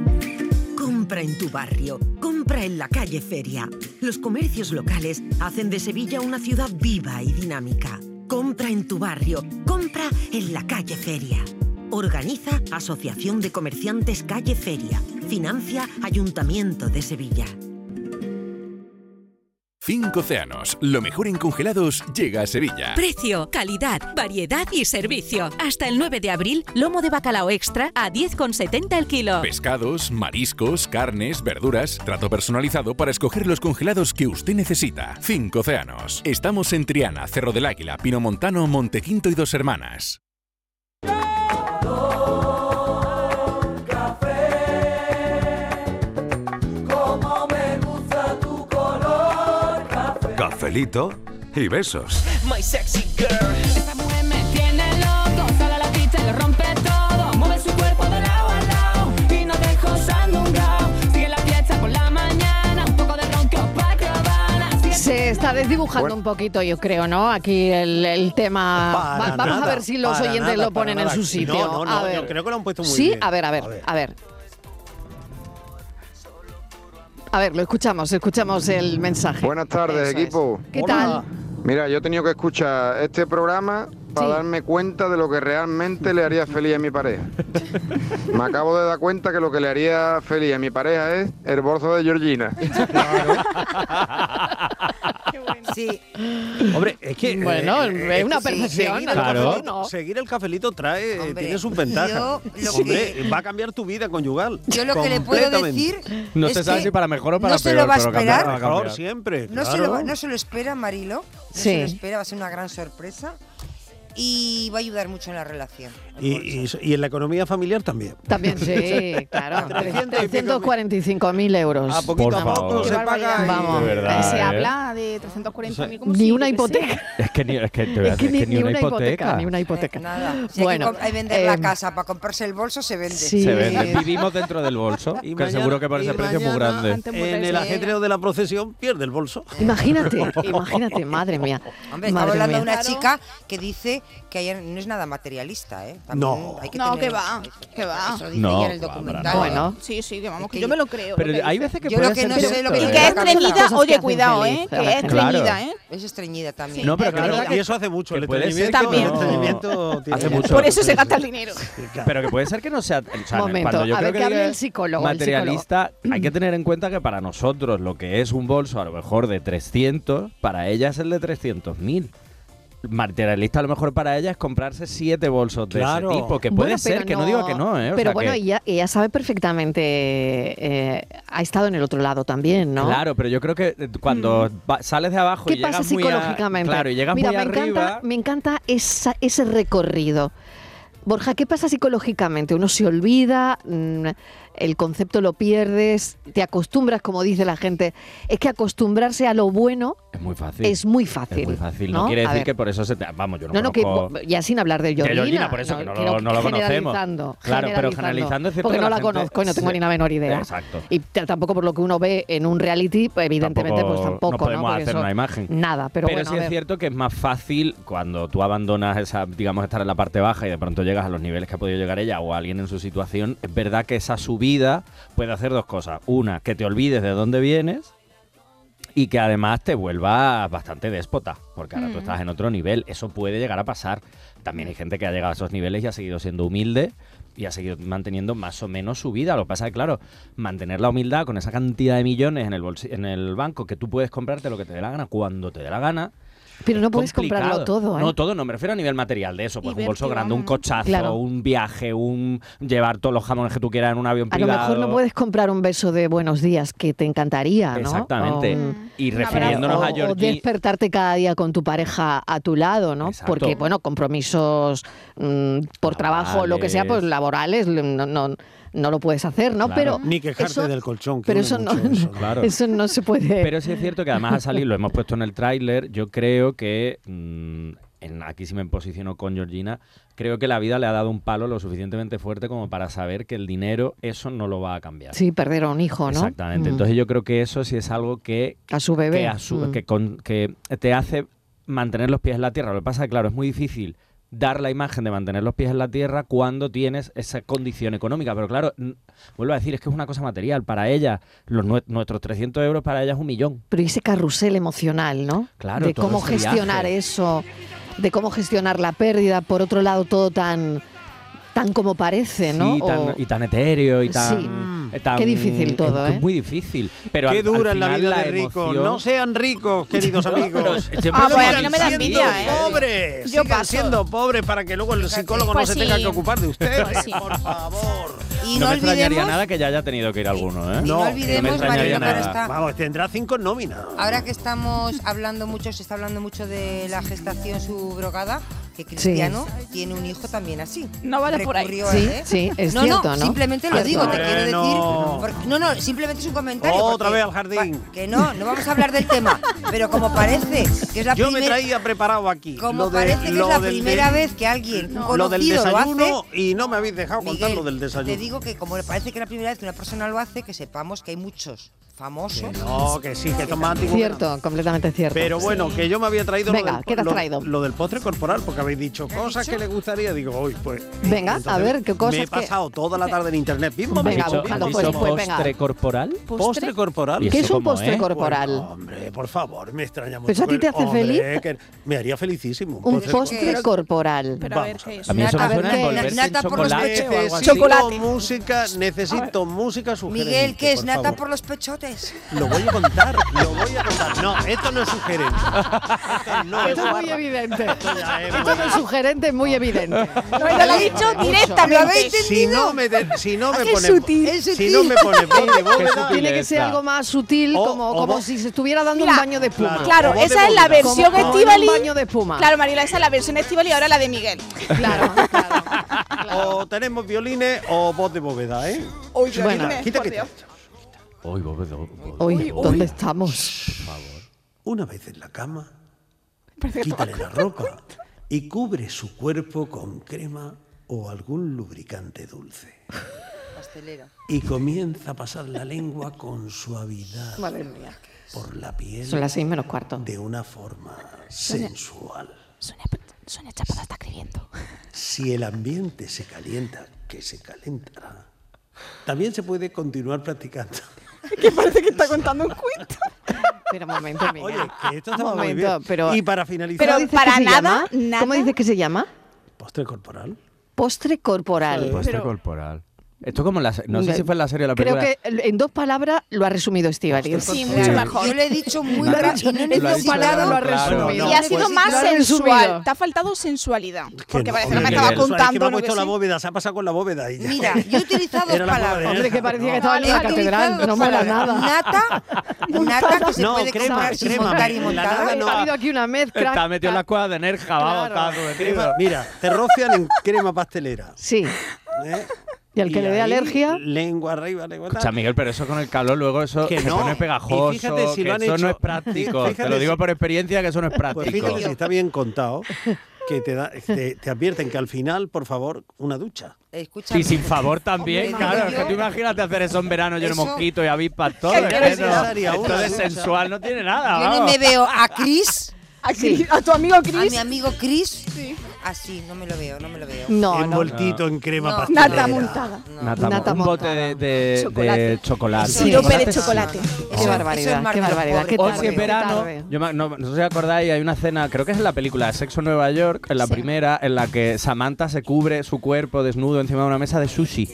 Compra en tu barrio, compra en la calle Feria. Los comercios locales hacen de Sevilla una ciudad viva y dinámica. Compra en tu barrio, compra en la calle Feria. Organiza Asociación de Comerciantes Calle Feria. Financia Ayuntamiento de Sevilla. Cinco Océanos, lo mejor en congelados llega a Sevilla. Precio, calidad, variedad y servicio. Hasta el 9 de abril, lomo de bacalao extra a 10,70 el kilo. Pescados, mariscos, carnes, verduras, trato personalizado para escoger los congelados que usted necesita. Cinco Océanos. Estamos en Triana, Cerro del Águila, Pinomontano, Montequinto y Dos Hermanas. Como me gusta tu color café. Cafelito y besos. My sexy girl. Esa mujer me tiene loco, sale a la pista y lo rompe todo. Mueve su cuerpo de lado a lado y no dejo usando un grau. Sigue la fiesta por la mañana, un poco de ronco pa' cabana. Se está desdibujando un poquito, yo creo, ¿no? Aquí el, el tema. Va- Para vamos a nada, ver si los para oyentes nada, lo ponen para en su nada. sitio. No, no, A no, ver. yo creo que lo han puesto muy sí, bien. a ver, a ver, A ver. a ver. A ver, lo escuchamos, escuchamos el mensaje. Buenas tardes, Eso es. equipo. ¿Qué tal? Mira, yo he tenido que escuchar este programa para darme cuenta de lo que realmente le haría feliz a mi pareja. Me acabo de dar cuenta que lo que le haría feliz a mi pareja es el bolso de Georgina. Sí. Hombre, es que. eh, Bueno, es una perfección, Seguir, a lo el mejor cafelito, no. seguir el cafelito trae. eh, tiene sus yo ventajas. lo Hombre, que- va a cambiar tu vida conyugal. Yo lo que le puedo Completamente. decir No se sabe si para mejor o para no se peor. lo va a pero cambiar esperar. va a cambiar. Mejor siempre. No, se lo, claro. va- no se lo espera, Marilo. No Sí. se lo espera, va a ser una gran sorpresa. Y va a ayudar mucho en la relación. Y, y- y en la economía familiar también. También sí, claro. 345.000 euros. Ah, poquito a poco se paga y- Vamos. De verdad, se ¿eh? habla de 340.000 como Ni si una yo qué sé. hipoteca. Es que ni, es que te voy a Es que decir, es que ni una hipoteca. Ni una hipoteca. Nada. Si hay que Bueno, com- hay que vender la em, casa para comprarse el bolso, se vende. sí. Se vende. Vivimos dentro del bolso, que mañana- seguro que por y ese precio es muy mañana grande. ante En el ajetreo de la procesión pierde el bolso. Imagínate, imagínate, madre mía. Hombre, estamos madre hablando de mía. una chica que dice que ayer no es nada materialista, ¿eh? No. hay que No, tener- que va, que va. Eso dice No, ella en el que va, para documental. nada. Bueno. Sí, sí, que vamos, que yo me lo creo. Pero lo que hay dice. veces que Yo puede lo que ser no sé, lo que cierto, yo ¿eh? Que es Las cosas treñida, que oye, hacen cuidado, feliz ¿eh? a la Que es gente. Claro. treñida, ¿eh? Eso es treñida también. No, pero que es Claro, verdad y que- eso hace mucho. que El puede ser estreñimiento, que el no- estreñimiento tiene- pues Hace mucho. Por eso se gasta el dinero. Pero que puede ser que no sea. o sea, Momento, cuando yo a creo ver que hable diga el psicólogo, el Materialista, hay que tener en cuenta que para nosotros lo que es un bolso a lo mejor de 300, para ella es el de 300.000. Materialista a lo mejor para ella es comprarse siete bolsos Claro. de ese tipo, que puede Bueno, ser, pero que no digo que no, ¿eh? O pero sea, bueno, que- ella, ella sabe perfectamente, eh, ha estado en el otro lado también, ¿no? Mm. Claro, pero yo creo que eh, cuando va- sales de abajo ¿Qué y llegas pasa muy a- psicológicamente? claro, y llegas Mira, muy me arriba. Encanta, me encanta esa- ese recorrido. Borja, ¿qué pasa psicológicamente? Uno se olvida, mm, el concepto lo pierdes, te acostumbras, como dice la gente. Es que acostumbrarse a lo bueno Es muy fácil. es muy fácil. Es muy fácil. No, quiere A decir ver. que por eso se te. Vamos, yo no, No, no, que, conozco- ya sin hablar de Georgina. De pues, Georgina, por eso que no lo- quiero- no lo conocemos. generalizando, Claro, pero generalizando es cierto Porque que no la la, gente- conozco y no tengo Sí. ni la menor idea. Exacto. Y t- tampoco por lo que uno ve en un reality, pues, evidentemente, Tampoco- pues tampoco. no podemos Porque hacer eso- una imagen. Nada, pero, bueno, sí a es ver. cierto que es más fácil cuando tú abandonas esa, digamos, estar en la parte baja y de pronto llegas a los niveles que ha podido llegar ella o alguien en su situación. Es verdad que esa subida puede hacer dos cosas. Una, que te olvides de dónde vienes y que además te vuelvas bastante déspota, porque ahora tú Mm. estás en otro nivel. Eso puede llegar a pasar. También hay gente que ha llegado a esos niveles y ha seguido siendo humilde y ha seguido manteniendo más o menos su vida. Lo que pasa es que, claro, mantener la humildad con esa cantidad de millones en el, bolsi- en el banco que tú puedes comprarte lo que te dé la gana cuando te dé la gana. Pero no es puedes comprarlo complicado. todo, ¿eh? No, todo no, me refiero a nivel material de eso. Pues un bolso grande, un cochazo, Claro. un viaje, un llevar todos los jamones que tú quieras en un avión a lo privado. mejor no puedes comprar un beso de buenos días que te encantaría, ¿no? Exactamente. O un- Y refiriéndonos o- a o Georgie, despertarte cada día con tu pareja a tu lado, ¿no? Porque, bueno, compromisos mm, por trabajo o lo que sea, pues laborales, no, no, no lo puedes hacer, ¿no? Pero Ni quejarte eso- del colchón. que Pero une eso no, mucho eso. Claro. eso no se puede. Pero sí es cierto que además al salir, lo hemos puesto en el tráiler, yo creo que, mm, en, aquí sí me posiciono con Georgina, creo que la vida le ha dado un palo lo suficientemente fuerte como para saber que el dinero, eso no lo va a cambiar. Sí, perder a un hijo, ¿no? Exactamente. Mm. Entonces yo creo que eso sí es algo que... A su bebé. Que, a su- Mm. que con- que te hace mantener los pies en la tierra. Lo que pasa es que, claro, es muy difícil dar la imagen de mantener los pies en la tierra cuando tienes esa condición económica. Pero claro, n- vuelvo a decir, es que es una cosa material. Para ella, los nue- nuestros 300 euros para ella es un millón. Pero ese carrusel emocional, ¿no? Claro, De todo cómo ese gestionar viaje. eso, de cómo gestionar la pérdida, por otro lado, todo tan, tan como parece, ¿Eh, ¿no? Sí, tan- O- y tan etéreo y Sí. Mm. tan... eh, tan- Qué difícil todo, es ¿eh? Muy difícil. Pero Qué al- al dura es la final vida la de ricos. emoción- No sean ricos, queridos No, amigos. pero siempre Ah, lo pues a mí no me da Sigan envidia, siendo ¿eh? Pobres. Yo Sigan siendo pobres para que luego el psicólogo Pues no se sí. tenga que ocupar de ustedes. Pues sí. Por favor. Y no no, me extrañaría olvidemos, nada que ya haya tenido que ir alguno, ¿eh? y no olvidemos, me extrañaría Mariano, que ahora nada. está- Vamos, tendrá cinco nóminas. ahora que estamos hablando mucho, se está hablando mucho de la gestación subrogada, que Cristiano tiene un hijo también así. No vale por ahí. Recurrió a- Sí, ¿eh? sí, es no, cierto, ¿no? no, simplemente lo Cierto. digo, te quiero decir. Bueno. porque- no, no, simplemente es un comentario. Otra porque- vez al jardín. Que no, no vamos a hablar del tema, pero como parece que es la Yo me primera. traía preparado aquí. Como Lo de- parece que lo es la del- primera vez que alguien, un lo del conocido, lo desayuno hace. y no me habéis dejado contar Miguel, lo del desayuno. Te digo que como parece que es la primera vez que una persona lo hace, que sepamos que hay muchos famosos. No, Oh, que sí, que esto es más antiguo que Cierto, completamente cierto. Pero bueno, que yo me había traído, Venga, lo, del, ¿qué te has lo- traído? lo del postre corporal, porque habéis dicho cosas que le gustaría. Digo, hoy pues. Venga, a entonces, ver, ¿qué cosas Me he que- pasado toda la tarde en internet. Mismo Venga, mismo, buscando, mismo, pues, mismo. pues, venga. ¿Postre corporal? ¿eh? ¿Postre corporal? ¿Y ¿Qué eso es un cómo postre es? corporal? Bueno, hombre, por favor, me extraña mucho. ¿Pero eso a ti te hace Hombre, feliz? que me haría felicísimo. Un postre postre corporal. corporal. Vamos ver. A mí eso me A ver, suena a ¿qué? envolverse en Nata por los chocolate o algo así. Necesito música, necesito música sugerente. Miguel, ¿qué es por nata favor. por los pechotes? Lo voy a contar, lo voy a contar. No, esto no es sugerente. Esto no Esto es barra. muy evidente. ya es Esto no es sugerente, es muy evidente. Me lo ha dicho directamente. ¿Lo habéis Si entendido? no me, de- si no me Es pone, sutil. Es si sutil. no me pone voz de bóveda, Tiene que ser algo más sutil, O- como, o como voz- si se estuviera dando un Mira, baño de espuma. claro, Claro, o voz de esa es la bóveda. versión Como- como Estivali. un baño de espuma. Claro, Mariela, esa es la versión Estivali y ahora la de Miguel. o tenemos violines o voz de bóveda, ¿eh? Uy, Bueno, violines, quita, por quita. Dios. Uy, bo- bo- bo- Oye, Uy, ¿dónde uy. estamos? Una vez en la cama, quítale la ropa y cubre su cuerpo con crema o algún lubricante dulce. Pastelero. Y comienza a pasar la lengua con suavidad Madre mía. por la piel Son las seis menos cuarto. de una forma sensual. Sonia Chapada está escribiendo. Si el ambiente se calienta, que se calentará, también se puede continuar practicando. Que parece que está contando un cuento. Pero un momento, Miguel. Oye, que esto está Un muy momento, bien. Ah, pero- y para finalizar, ¿Cómo dices que se llama? ¿Cómo dices que se llama? postre corporal. Postre corporal. Postre corporal. Esto como la se- no sé si fue en la serie o la Creo película. que en dos palabras lo ha resumido Estivali. Sí, mucho mejor. Yo le he dicho muy Lo ha rápido. dicho- y no he lo ha dicho necesitado- Lo ha resumido. Claro, no, y ha pues- sido más lo ha sensual. resumido. Te ha faltado sensualidad. Que Porque no, parece que me hombre, estaba que eso, Es que me contando. ha ¿no? puesto que la sí? bóveda, se ha pasado con la bóveda. Y ya. Mira, yo he utilizado dos Era la palabras. palabra. Hombre, que parecía que estaba en He una utilizado catedral. dos No mola palabras. nada. Nata, nata que se No, puede crema, comprar sin crema. montar y La montar. nata Ha no. habido aquí una mezcla. Está metido en la escuela de Nerja, vamos, Claro. está Crema, sometido. mira, te rocian en crema pastelera. Sí. ¿eh? Y al que le dé ahí, alergia. Lengua arriba, lengua tal. O sea, Miguel, pero eso con el calor luego eso Que se no. pone pegajoso, Y fíjate si que lo han eso hecho- no es práctico. Te Fíjate lo digo si- por experiencia que eso no es práctico. Pues fíjate si está bien contado que te, da- te, te advierten que al final, por favor, una ducha. Escucha. Y sin favor también, Hombre, claro. Es yo- que tú imagínate hacer eso en verano lleno de Eso- mosquitos y avispas todo. ¿Qué es que crees no- que sería una Entonces ducha? sensual no tiene nada. Yo no vamos. me veo a Chris, A, Cris- a tu amigo a mi Chris. amigo Chris, así, no me lo veo, no me lo veo. No, no. Envueltito en crema No. pastelera. Nata montada. Nata, Nata un bote de, de- de chocolate. Sí, Sirope de chocolate. chocolate. Qué barbaridad, qué barbaridad, qué Hoy tarde, si es qué verano, tarde. yo me- no, no sé si acordáis, hay una escena, creo que es en la película Sexo en Nueva York, en la primera, en la que Samantha se cubre su cuerpo desnudo encima de una mesa de sushi.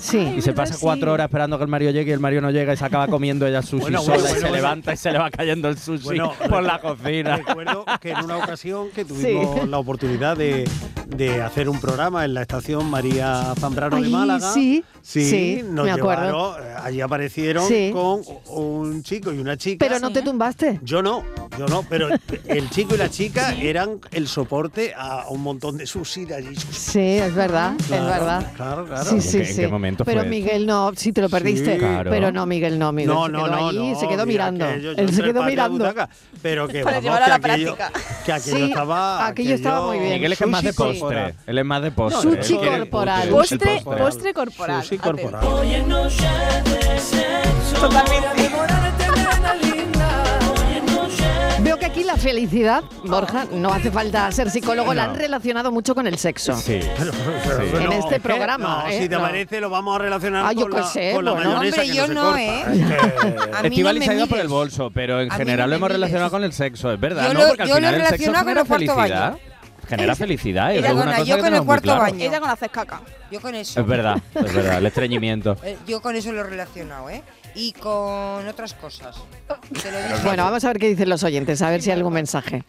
Sí. y se pasa cuatro horas esperando que el Mario llegue y el Mario no llega y se acaba comiendo ella sushi Bueno, sola bueno, y se bueno, bueno. levanta y se le va cayendo el sushi Bueno, por la cocina. Recuerdo que en una ocasión que tuvimos la oportunidad de, de hacer un programa en la estación María Zambrano de Ay, Málaga. sí, sí, sí, nos me acuerdo. llevaron, eh, allí aparecieron Sí. con un chico y una chica. Pero no te tumbaste. Yo no, yo no, pero el chico y la chica eran el soporte a un montón de sushi de allí. Sí, es verdad, Claro, es verdad. Claro, claro. Sí, sí, ¿En qué- en sí. qué momento Pero fue? Miguel no, sí te lo perdiste. Claro. Pero no, Miguel no, Miguel. No, se no, quedó no, allí y no, se quedó mira, mirando. aquello, yo Él se entre el quedó patio y la mirando. butaca, pero que Para vamos, llevar a que la aquello, práctica. que aquello Sí, estaba. aquello estaba muy bien. Miguel es que es más de Sushi postre. corporal. Él es más de postre. No, sushi Él quiere- corporal. el Postre, postre. postre corporal. Sushi corporal. Totalmente. Veo que aquí la felicidad, Borja, no hace falta ser psicólogo, la No. han relacionado mucho con el sexo. Sí. Sí. En este es que- programa, no, ¿eh? si te No. parece, lo vamos a relacionar Ah, yo con, qué la, sé, con la bueno. mayonesa Hombre, que yo no, no se corta. ¿eh? Es que- A mí Estivali no se ha me ido por el mires. bolso, pero en A mí general no lo me hemos mires. relacionado con el sexo, es verdad, Yo ¿no? lo- Porque al yo lo he final el sexo relacionado con genera el cuarto felicidad. baño. Genera felicidad. y Ella eso es con una la- cosa yo que con el tenemos muy cuarto clara. baño. Ella con haces caca. Yo con eso. Es verdad, es verdad, el estreñimiento. Eh, Yo con eso lo he relacionado, ¿eh? Y con otras cosas. Te lo dije. Bueno, vamos a ver qué dicen los oyentes, a ver si hay algún mensaje.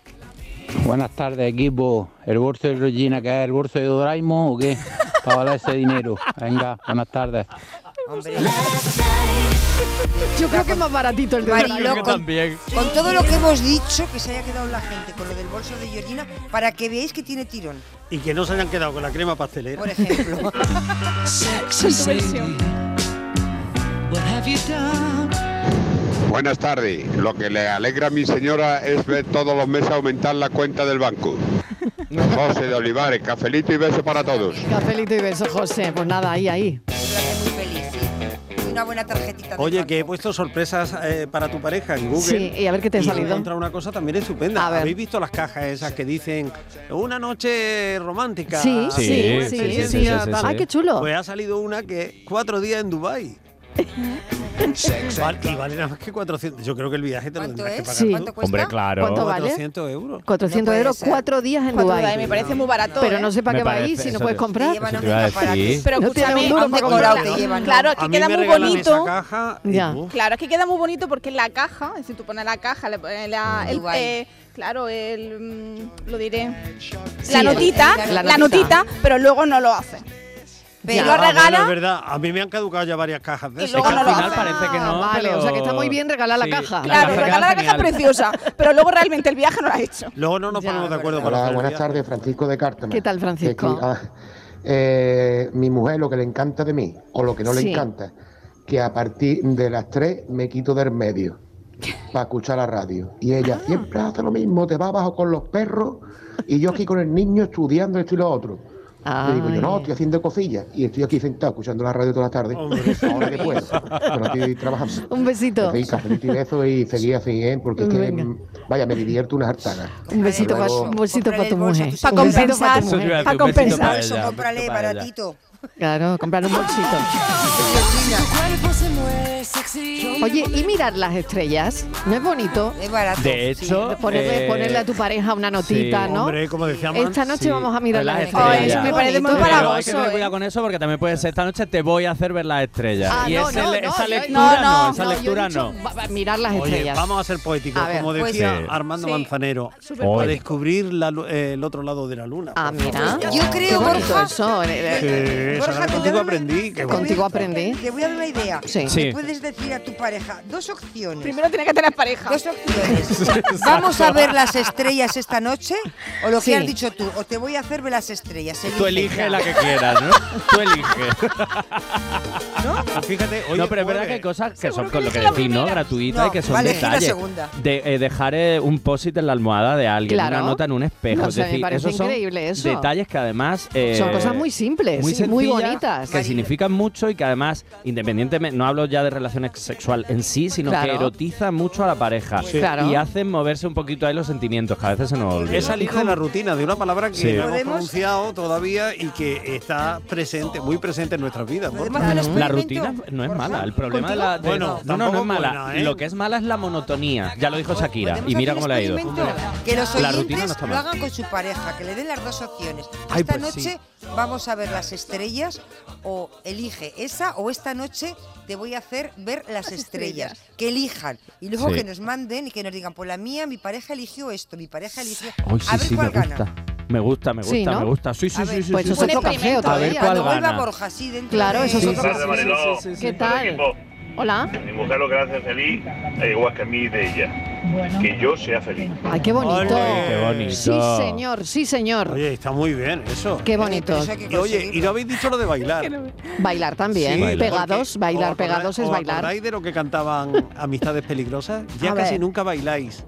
Buenas tardes, equipo. ¿El bolso de Regina, que es el bolso de Doraemon o qué? Para valer ese dinero. Venga, buenas tardes. Hombre, Yo creo que es más baratito el de Mariló, Doraemon. con- también. con todo lo que hemos dicho, que se haya quedado la gente con lo del bolso de Georgina, para que veáis que tiene tirón, Y que no se hayan quedado con la crema pastelera. por ejemplo. Buenas tardes. Lo que le alegra a mi señora es ver todos los meses aumentar la cuenta del banco. José de Olivares, cafelito y beso para todos. Cafelito y beso, José. Pues nada, ahí, ahí. Lo hace muy feliz, sí. Una una buena tarjetita. de Oye, que he puesto sorpresas eh, para tu pareja en Google. Sí, y a ver qué te ha Y he salido. encontrado una cosa también estupenda. ¿Habéis visto las cajas esas que dicen una noche romántica? Sí, sí, sí, una sí, experiencia, sí, sí, sí, tal? sí. Ah, qué chulo. Pues ha salido una que cuatro días en Dubái. Vale, y vale nada más que 400. Yo creo que el viaje te lo tendrás que pagar. Sí. tú. Hombre, claro. ¿Cuánto vale? 400 euros. 400 euros, cuatro días en Cuatro Dubái. días, me parece muy barato, Pero ¿eh? no sé para Me qué va a ir parece, si no eso puedes te- comprar. eso te iba a decir. Pero No tiene escúchame, un duro han para decorado, comprarlo. te llevan. Claro, A aquí mí queda me muy regalan Esa bonito. caja y, Ya. uf, Claro, es que queda muy bonito porque en la caja, si tú pones la caja, le pones Mm. la, el, Dubái. eh, claro, el, mm, lo diré, Sí, la el- notita, el- la, la notita. notita. pero luego no lo hace. ya. Pero Ah, lo bueno, regala, es verdad, a mí me han caducado ya varias cajas. de Y esas. luego Es que no al lo final parece que no, Ah, Vale, o sea que está muy bien regalar la Ah, Sí, caja. la claro, regala la caja preciosa, pero luego realmente el viaje no lo ha hecho. Luego no nos ponemos de acuerdo para Hola, hacer el buenas viaje. tardes, Francisco de Cártama. ¿Qué tal, Francisco? Que aquí, ah, eh, mi mujer, lo que le encanta de mí, o lo que no Sí. le encanta, que a partir de las 3 me quito del medio para escuchar la radio. Y ella Ah. siempre hace lo mismo, te va abajo con los perros y yo aquí con el niño estudiando esto y lo otro. Le digo yo, no, estoy haciendo cosillas y estoy aquí sentado escuchando la radio toda la tarde, ahora que puedo, pero estoy trabajando. Un besito. Venga, feliz y beso y seguí así, ¿eh? porque es que, Venga. mm, vaya, me divierto unas hartanas. Un besito para Luego- un besito para tu mujer. Para Un besito pa' compensar, tu Eso te iba mujer. a decir, pa' un besito compensar. pa' ella, un besito Cómprale pa' ella. baratito. Claro, comprar un bolsito. Oye, y mirar las estrellas, ¿no es bonito? Es barato. De hecho, Ponerle, eh, ponerle a tu pareja una notita, sí. ¿no? Hombre, como decíamos, Esta noche sí. vamos a mirar las estrellas. estrellas. Ay, eso me parece muy bonito. Pero hay que tener cuidado ¿eh? con eso porque también puede ser esta noche te voy a hacer ver las estrellas. Ah, y no, ese- no, no, esa yo- lectura no, no, no, yo esa he lectura dicho no. va- va- Mirar las Oye, estrellas. vamos a ser poéticos, A ver, como pues decía sí. Armando Sí. Manzanero, Súper para poético. descubrir la lu- eh, el otro lado de la luna. Ah, mira. Yo creo, Qué bonito Borja. eso. eh, Sí, eh, esa Borja, noche te contigo voy a- aprendí. qué bonito. Contigo aprendí. Te voy a dar una idea. Sí. Le Sí. puedes decir a tu pareja dos opciones. Primero tiene que tener pareja. Dos opciones. Vamos a ver las estrellas esta noche o lo Sí. que has dicho tú. O te voy a hacer ver las estrellas. Tú elige. eliges la que quieras, ¿no? Tú Pues eliges. Ah, Fíjate, hoy no, pero es verdad jueves. que hay cosas que son que con lo que elige la decís, ¿no? primera. Gratuitas No, y que son vale, elegí la detalles. segunda. De, eh, dejar eh, un post-it en la almohada de alguien, Claro. una nota en un espejo. No es sé, me decir, parece esos son increíble eso. detalles que además. eh, Son cosas muy simples, muy, sencillas, bonitas. Que significan mucho y que además, independientemente, no hablo ya de relaciones sexual en sí, sino Claro. que erotiza mucho a la pareja. Sí. Claro. Y hacen moverse un poquito ahí los sentimientos, que a veces se nos olvida. Es salir de la rutina, de una palabra que Sí. no hemos ¿Podemos? pronunciado todavía y que está presente, muy presente en nuestras vidas. Borja. Podemos hacer un La experimento? rutina no es mala. El problema de ¿Contigo? la. de- Bueno, no, no, tampoco no es es mala. buena, ¿eh? Lo que es mala es la monotonía. Ya lo dijo Shakira. Y mira cómo le ha ido. experimento Que los La rutina no oyentes está lo mal. hagan con su pareja, que le den las dos opciones. Ay, esta pues sí. noche vamos a ver las estrellas o elige esa o esta noche te voy a hacer ver las estrellas. Que elijan y luego Sí. que nos manden y que nos digan, pues la mía, mi pareja eligió esto, mi pareja eligió. Ay, sí, a ver sí, me cuál gusta. gana. Me gusta, me gusta, Sí, ¿no? me gusta. Sí, sí, A sí, ver, sí. pues sí, eso sí. es otro café A ver todavía, cuál Cuando vuelva gana. Borja, sí, dentro Claro, de- eso es otro Buenas tardes, café. Mariló. Sí, sí, sí. ¿Qué tal? Equipo. Hola. Mi mujer lo que la hace feliz, eh, igual que a mí de ella. Que yo sea feliz. Ay, qué bonito. Ole, qué bonito. Sí, señor, sí, señor. Oye, está muy bien eso. Qué bonito. Y oye, y no habéis dicho lo de bailar. Bailar también. Sí, pegados, porque- bailar ¿os acordáis- pegados es os bailar. acordáis de lo que cantaban Amistades Peligrosas? Ya A casi ver. nunca bailáis.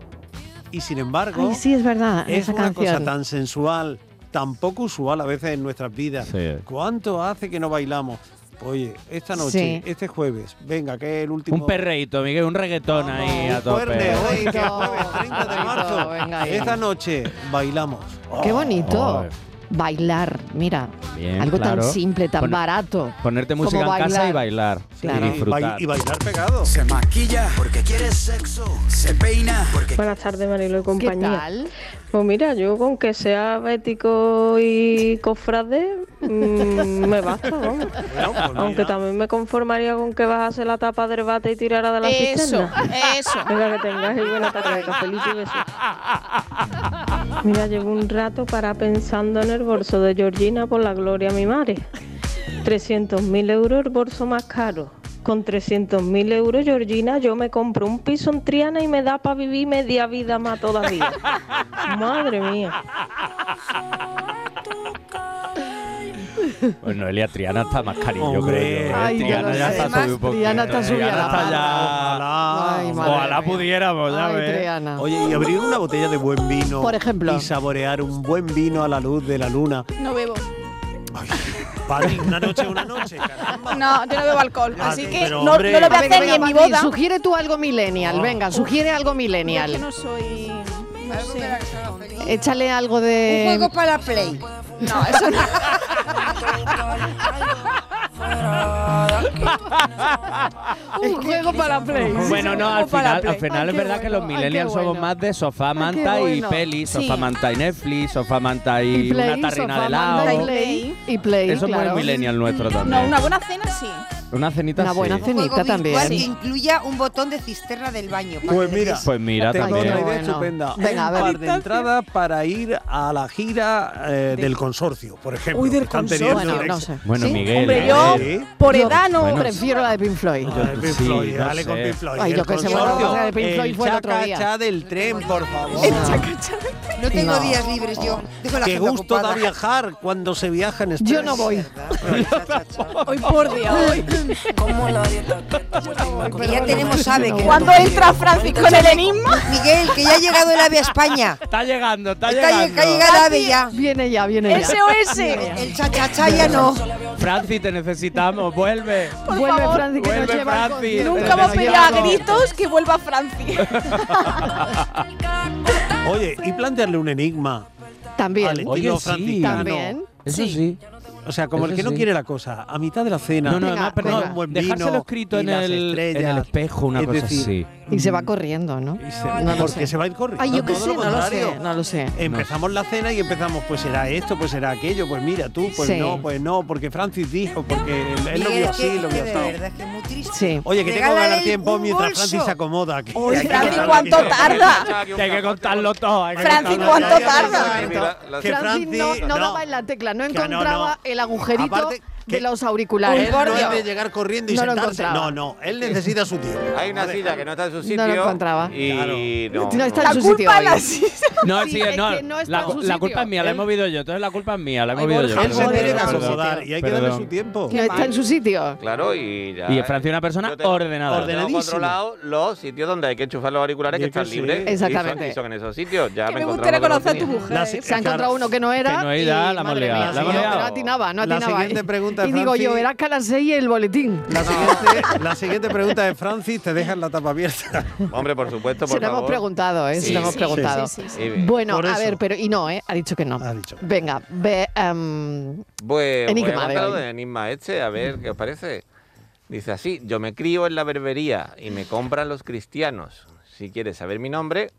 Y sin embargo, Ay, sí, es verdad, es esa una cosa canción. tan sensual, tan poco usual a veces en nuestras vidas. Sí. ¿Cuánto hace que no bailamos? Oye, esta noche, Sí. este jueves, venga, que es el último. Un perreíto, Miguel, un reggaetón ahí a Fuerte, tope. hoy, que es jueves 30 de marzo. venga eh. ahí. Esta noche bailamos. Qué bonito. Ay. Bailar, mira. Bien, algo claro. tan simple, tan Pon- barato. Ponerte como música en casa y bailar. Claro. Y disfrutar. Y bailar pegado. Se maquilla porque quiere sexo. Se peina porque Buenas tardes, Marilo y compañía. tal? Pues mira, yo con que sea bético y cofrade, mm, me basta, vamos. Aunque también me conformaría con que bajase la tapa del bate y tirara de la Eso, eh. cisterna. eso. Venga, que tengáis buena tarde, cafelito y besos. Mira, llevo un rato para pensando en el bolso de Georgina por la gloria a mi madre. 300.000 euros el bolso más caro. Con 300.000 euros, Georgina, yo me compro un piso en Triana y me da para vivir media vida más todavía. Madre mía. Bueno, Elia Pues Triana está más cariño, Hombre. creo yo. ¿eh? Ay, Triana ya lo ya sé. está Además, subido un poquito. Triana está subida Triana la está barra. ya. Ay, madre Ojalá mía. pudiéramos, ya Ay, ves. Triana. Oye, y abrir una botella de buen vino. Por ejemplo. Y saborear un buen vino a la luz de la luna. No bebo. Padre, una noche, una noche. caramba. No, yo no bebo alcohol, Ah, Ya, así que pero, no, no hombre. lo voy a hacer Venga, ni venga, en mi Martín, boda. Sugiere tú algo millennial, venga, sugiere algo Yo es que millennial. no soy. No sé. Échale algo de. Un juego para la Play. No, eso no. Un juego para la Play. Bueno, no, al final, al final es verdad que los millennials bueno. somos más de sofá, qué manta y bueno. peli, Sí. sofá, manta y Netflix, sofá, manta y, Play, una tarrina sofá, de manta y helado. Play. Y Play, Eso es claro. Mm. muy millennial nuestro también. No, una buena cena sí. Una cenita Una buena sí. cenita Juego también. virtual que incluya un botón de cisterna del baño. para Pues que mira, dejes- Pues mira, tengo también. otra idea Bueno. estupenda. Venga, a ver. Un par de entradas para ir a la gira eh, del consorcio, por ejemplo. Uy, del que están consorcio. teniendo Bueno, un no éxito. sé. Bueno, Miguel. Hombre, ¿eh? yo Sí. por Yo edad no. prefiero la de Pink Floyd. Ay, Eh, Pink sí, Floyd, no dale con sé. Pink Floyd. Ay, El yo que sé, bueno, consorcio, la de Pink Floyd el fue el otro día. chacachá del tren, por favor. No tengo No. días libres yo. Dejo la Qué agenda gusto da ocupada. viajar cuando se viaja en Express. Yo no voy. Hoy por Dios. hoy. Que ya tenemos ave. Que Cuando entra Francis con el enigma. Miguel, que ya ha llegado el ave a España. Está llegando, está Que ha lle- que ha llegando. llegado el ave ya. Viene ya, viene ya. SOS. El chachachá ya no. Francis, te necesitamos, vuelve. Por Vuelve favor. Francis, que Vuelve nos lleva al Francis. concierto. Nunca hemos pedido a gritos que vuelva Francis. Oye, y plantearle un enigma. También. Vale. Oye, Estilo sí. franciscano. También. Eso Sí. sí. O sea, como el Eso que no sí. quiere la cosa, a mitad de la cena. No, no, Venga, además, perdón, venga. un buen dejárselo vino escrito y en las el, en estrellas. el espejo, una Es cosa decir, así. Y se va corriendo, ¿no? y se- porque se va a ir corriendo. Ay, yo qué todo sé, lo no lo contrario. sé, no lo sé. Empezamos la cena y empezamos, pues será esto, pues será aquello, pues mira tú, pues Sí. no, pues no, porque Francis dijo, porque él- él lo Miguel, vio es que, así, lo que vio de así. verdad es que es muy triste. Sí. Oye, que tengo que Regálale ganar tiempo un mientras bolso. Francis se acomoda. que- Oye, hay que Francis, contarlo ¿cuánto aquí. tarda? Hay que contarlo todo. hay que Francis, contarlo ¿cuánto todo. tarda? Que Francis no, Francis- no no. daba en la tecla, no Que no, encontraba no. el agujerito Aparte, de que- los Él auriculares. no Dios. es de llegar corriendo y No lo sentarse. encontraba. No, no, él necesita su tiempo. Hay una silla que no está en su sitio. No lo encontraba. Y no. No está en La su sitio culpa hoy. es la silla. No, Sí, sí, es no, que no está la, en su la sitio. culpa es mía, la he movido yo. Entonces la culpa es mía, la he Ay, movido Borja, yo. Él se Perdón, tiene que perdón. acomodar y hay que darle Perdón. su tiempo. No está en su sitio. Claro, y ya. ¿eh? Y en Francia una persona Yo tengo- ordenada. Orden- Tengo Ordenadísimo. controlado los sitios donde hay que enchufar los auriculares que Dice están que sí. libres. Y Exactamente. son, y son en esos sitios. Ya Que me me encontré gustaría uno que no conocer a tu tenía. mujer. La ¿eh? se- Se ha encontrado uno que no era. Que no era, y, la hemos madre liado, mía, la hemos no, liado. no atinaba, no La atinaba. siguiente pregunta, y digo yo, Francis. verás que a las 6 el boletín. La siguiente, la siguiente pregunta es, Francis, te dejan la tapa abierta. Hombre, por supuesto, Se por lo hemos favor. preguntado, ¿eh? Se Sí, lo hemos sí, preguntado. sí, sí, sí. Y- Bueno, Por a eso. ver, pero. Y no, ¿eh? Ha dicho que no. Ha dicho que no. Venga, ve. em, Pues Enigma voy a de contar lo hoy. del enigma este, a ver qué os parece. Dice así, yo me crío en la berbería y me compran los cristianos. Si quieres saber mi nombre,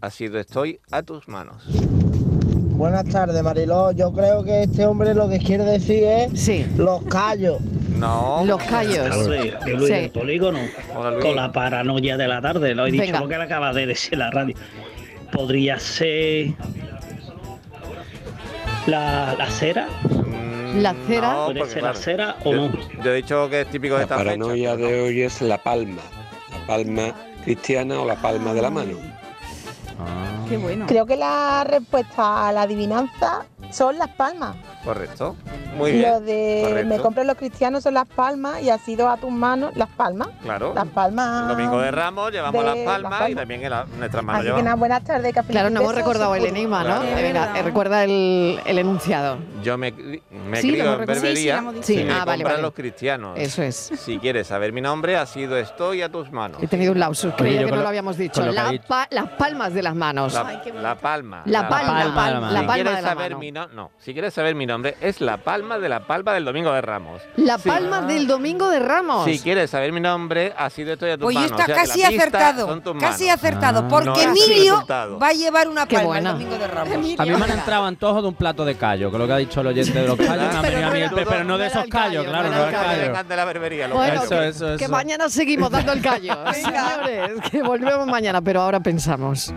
así lo estoy a tus manos. Buenas tardes, Mariló. Yo creo que este hombre lo que quiere decir es sí, los callos. No. los callos. de Luis Sí. del Polígono, Hola, Luis. con la paranoia de la tarde. Lo he dicho Venga. porque lo acabas de decir en la radio. Podría ser la, la cera, Mm, ¿La cera? porque, puede ser la claro, cera o yo, no. yo he dicho que es típico de La esta fecha. paranoia de hoy es la palma, la palma cristiana o la palma de la mano. Ah. Qué bueno. Creo que la respuesta a la adivinanza son las palmas. Correcto. Muy bien. Lo de correcto. me compran los cristianos son las palmas y ha sido a tus manos las palmas. Claro. Las palmas. El domingo de Ramos llevamos de las Las palmas y Palmas. también en la- nuestras manos Así que nada, llevamos. buenas tardes, café. Claro, no hemos Besos, recordado el seguro. enigma, ¿no? Claro. Eh, Venga, eh, recuerda el, el enunciado. Yo me, cri- me Sí, lo crío hemos en recordado. berbería Sí, sí, lo hemos dicho. Sí, y me ah, vale, compran vale. los cristianos. Eso es. Si quieres saber mi nombre, ha sido estoy a tus manos. He tenido un lapsus, creía yo que con no lo- lo habíamos dicho. con lo que La ha dicho. pa- las palmas de las manos. La, la palma. La palma, palma de la mano. la si palma quieres de la saber mano. mi no, no, si quieres saber mi nombre, es la palma de la palma del domingo de Ramos. La Sí. palma del domingo de Ramos. Si quieres saber mi nombre, ha sido estoy a tus Pues yo manos. está O sea que la casi pista acertado, son tus casi manos. acertado, Ah. porque No, ese es el Emilio resultado. va a llevar una Qué palma buena. el domingo de Ramos. A mí me han entrado antojos de un plato de callo, que es lo que ha dicho el oyente de los callos. Pero una amiga no mía, era- pero, pero no de no era esos el callo, callos, claro, no no era era el callo. callo. Dejan de la berbería, los Bueno, gallos. que, eso, que eso. mañana seguimos dando el callo. Señores, que volvemos mañana, pero ahora pensamos.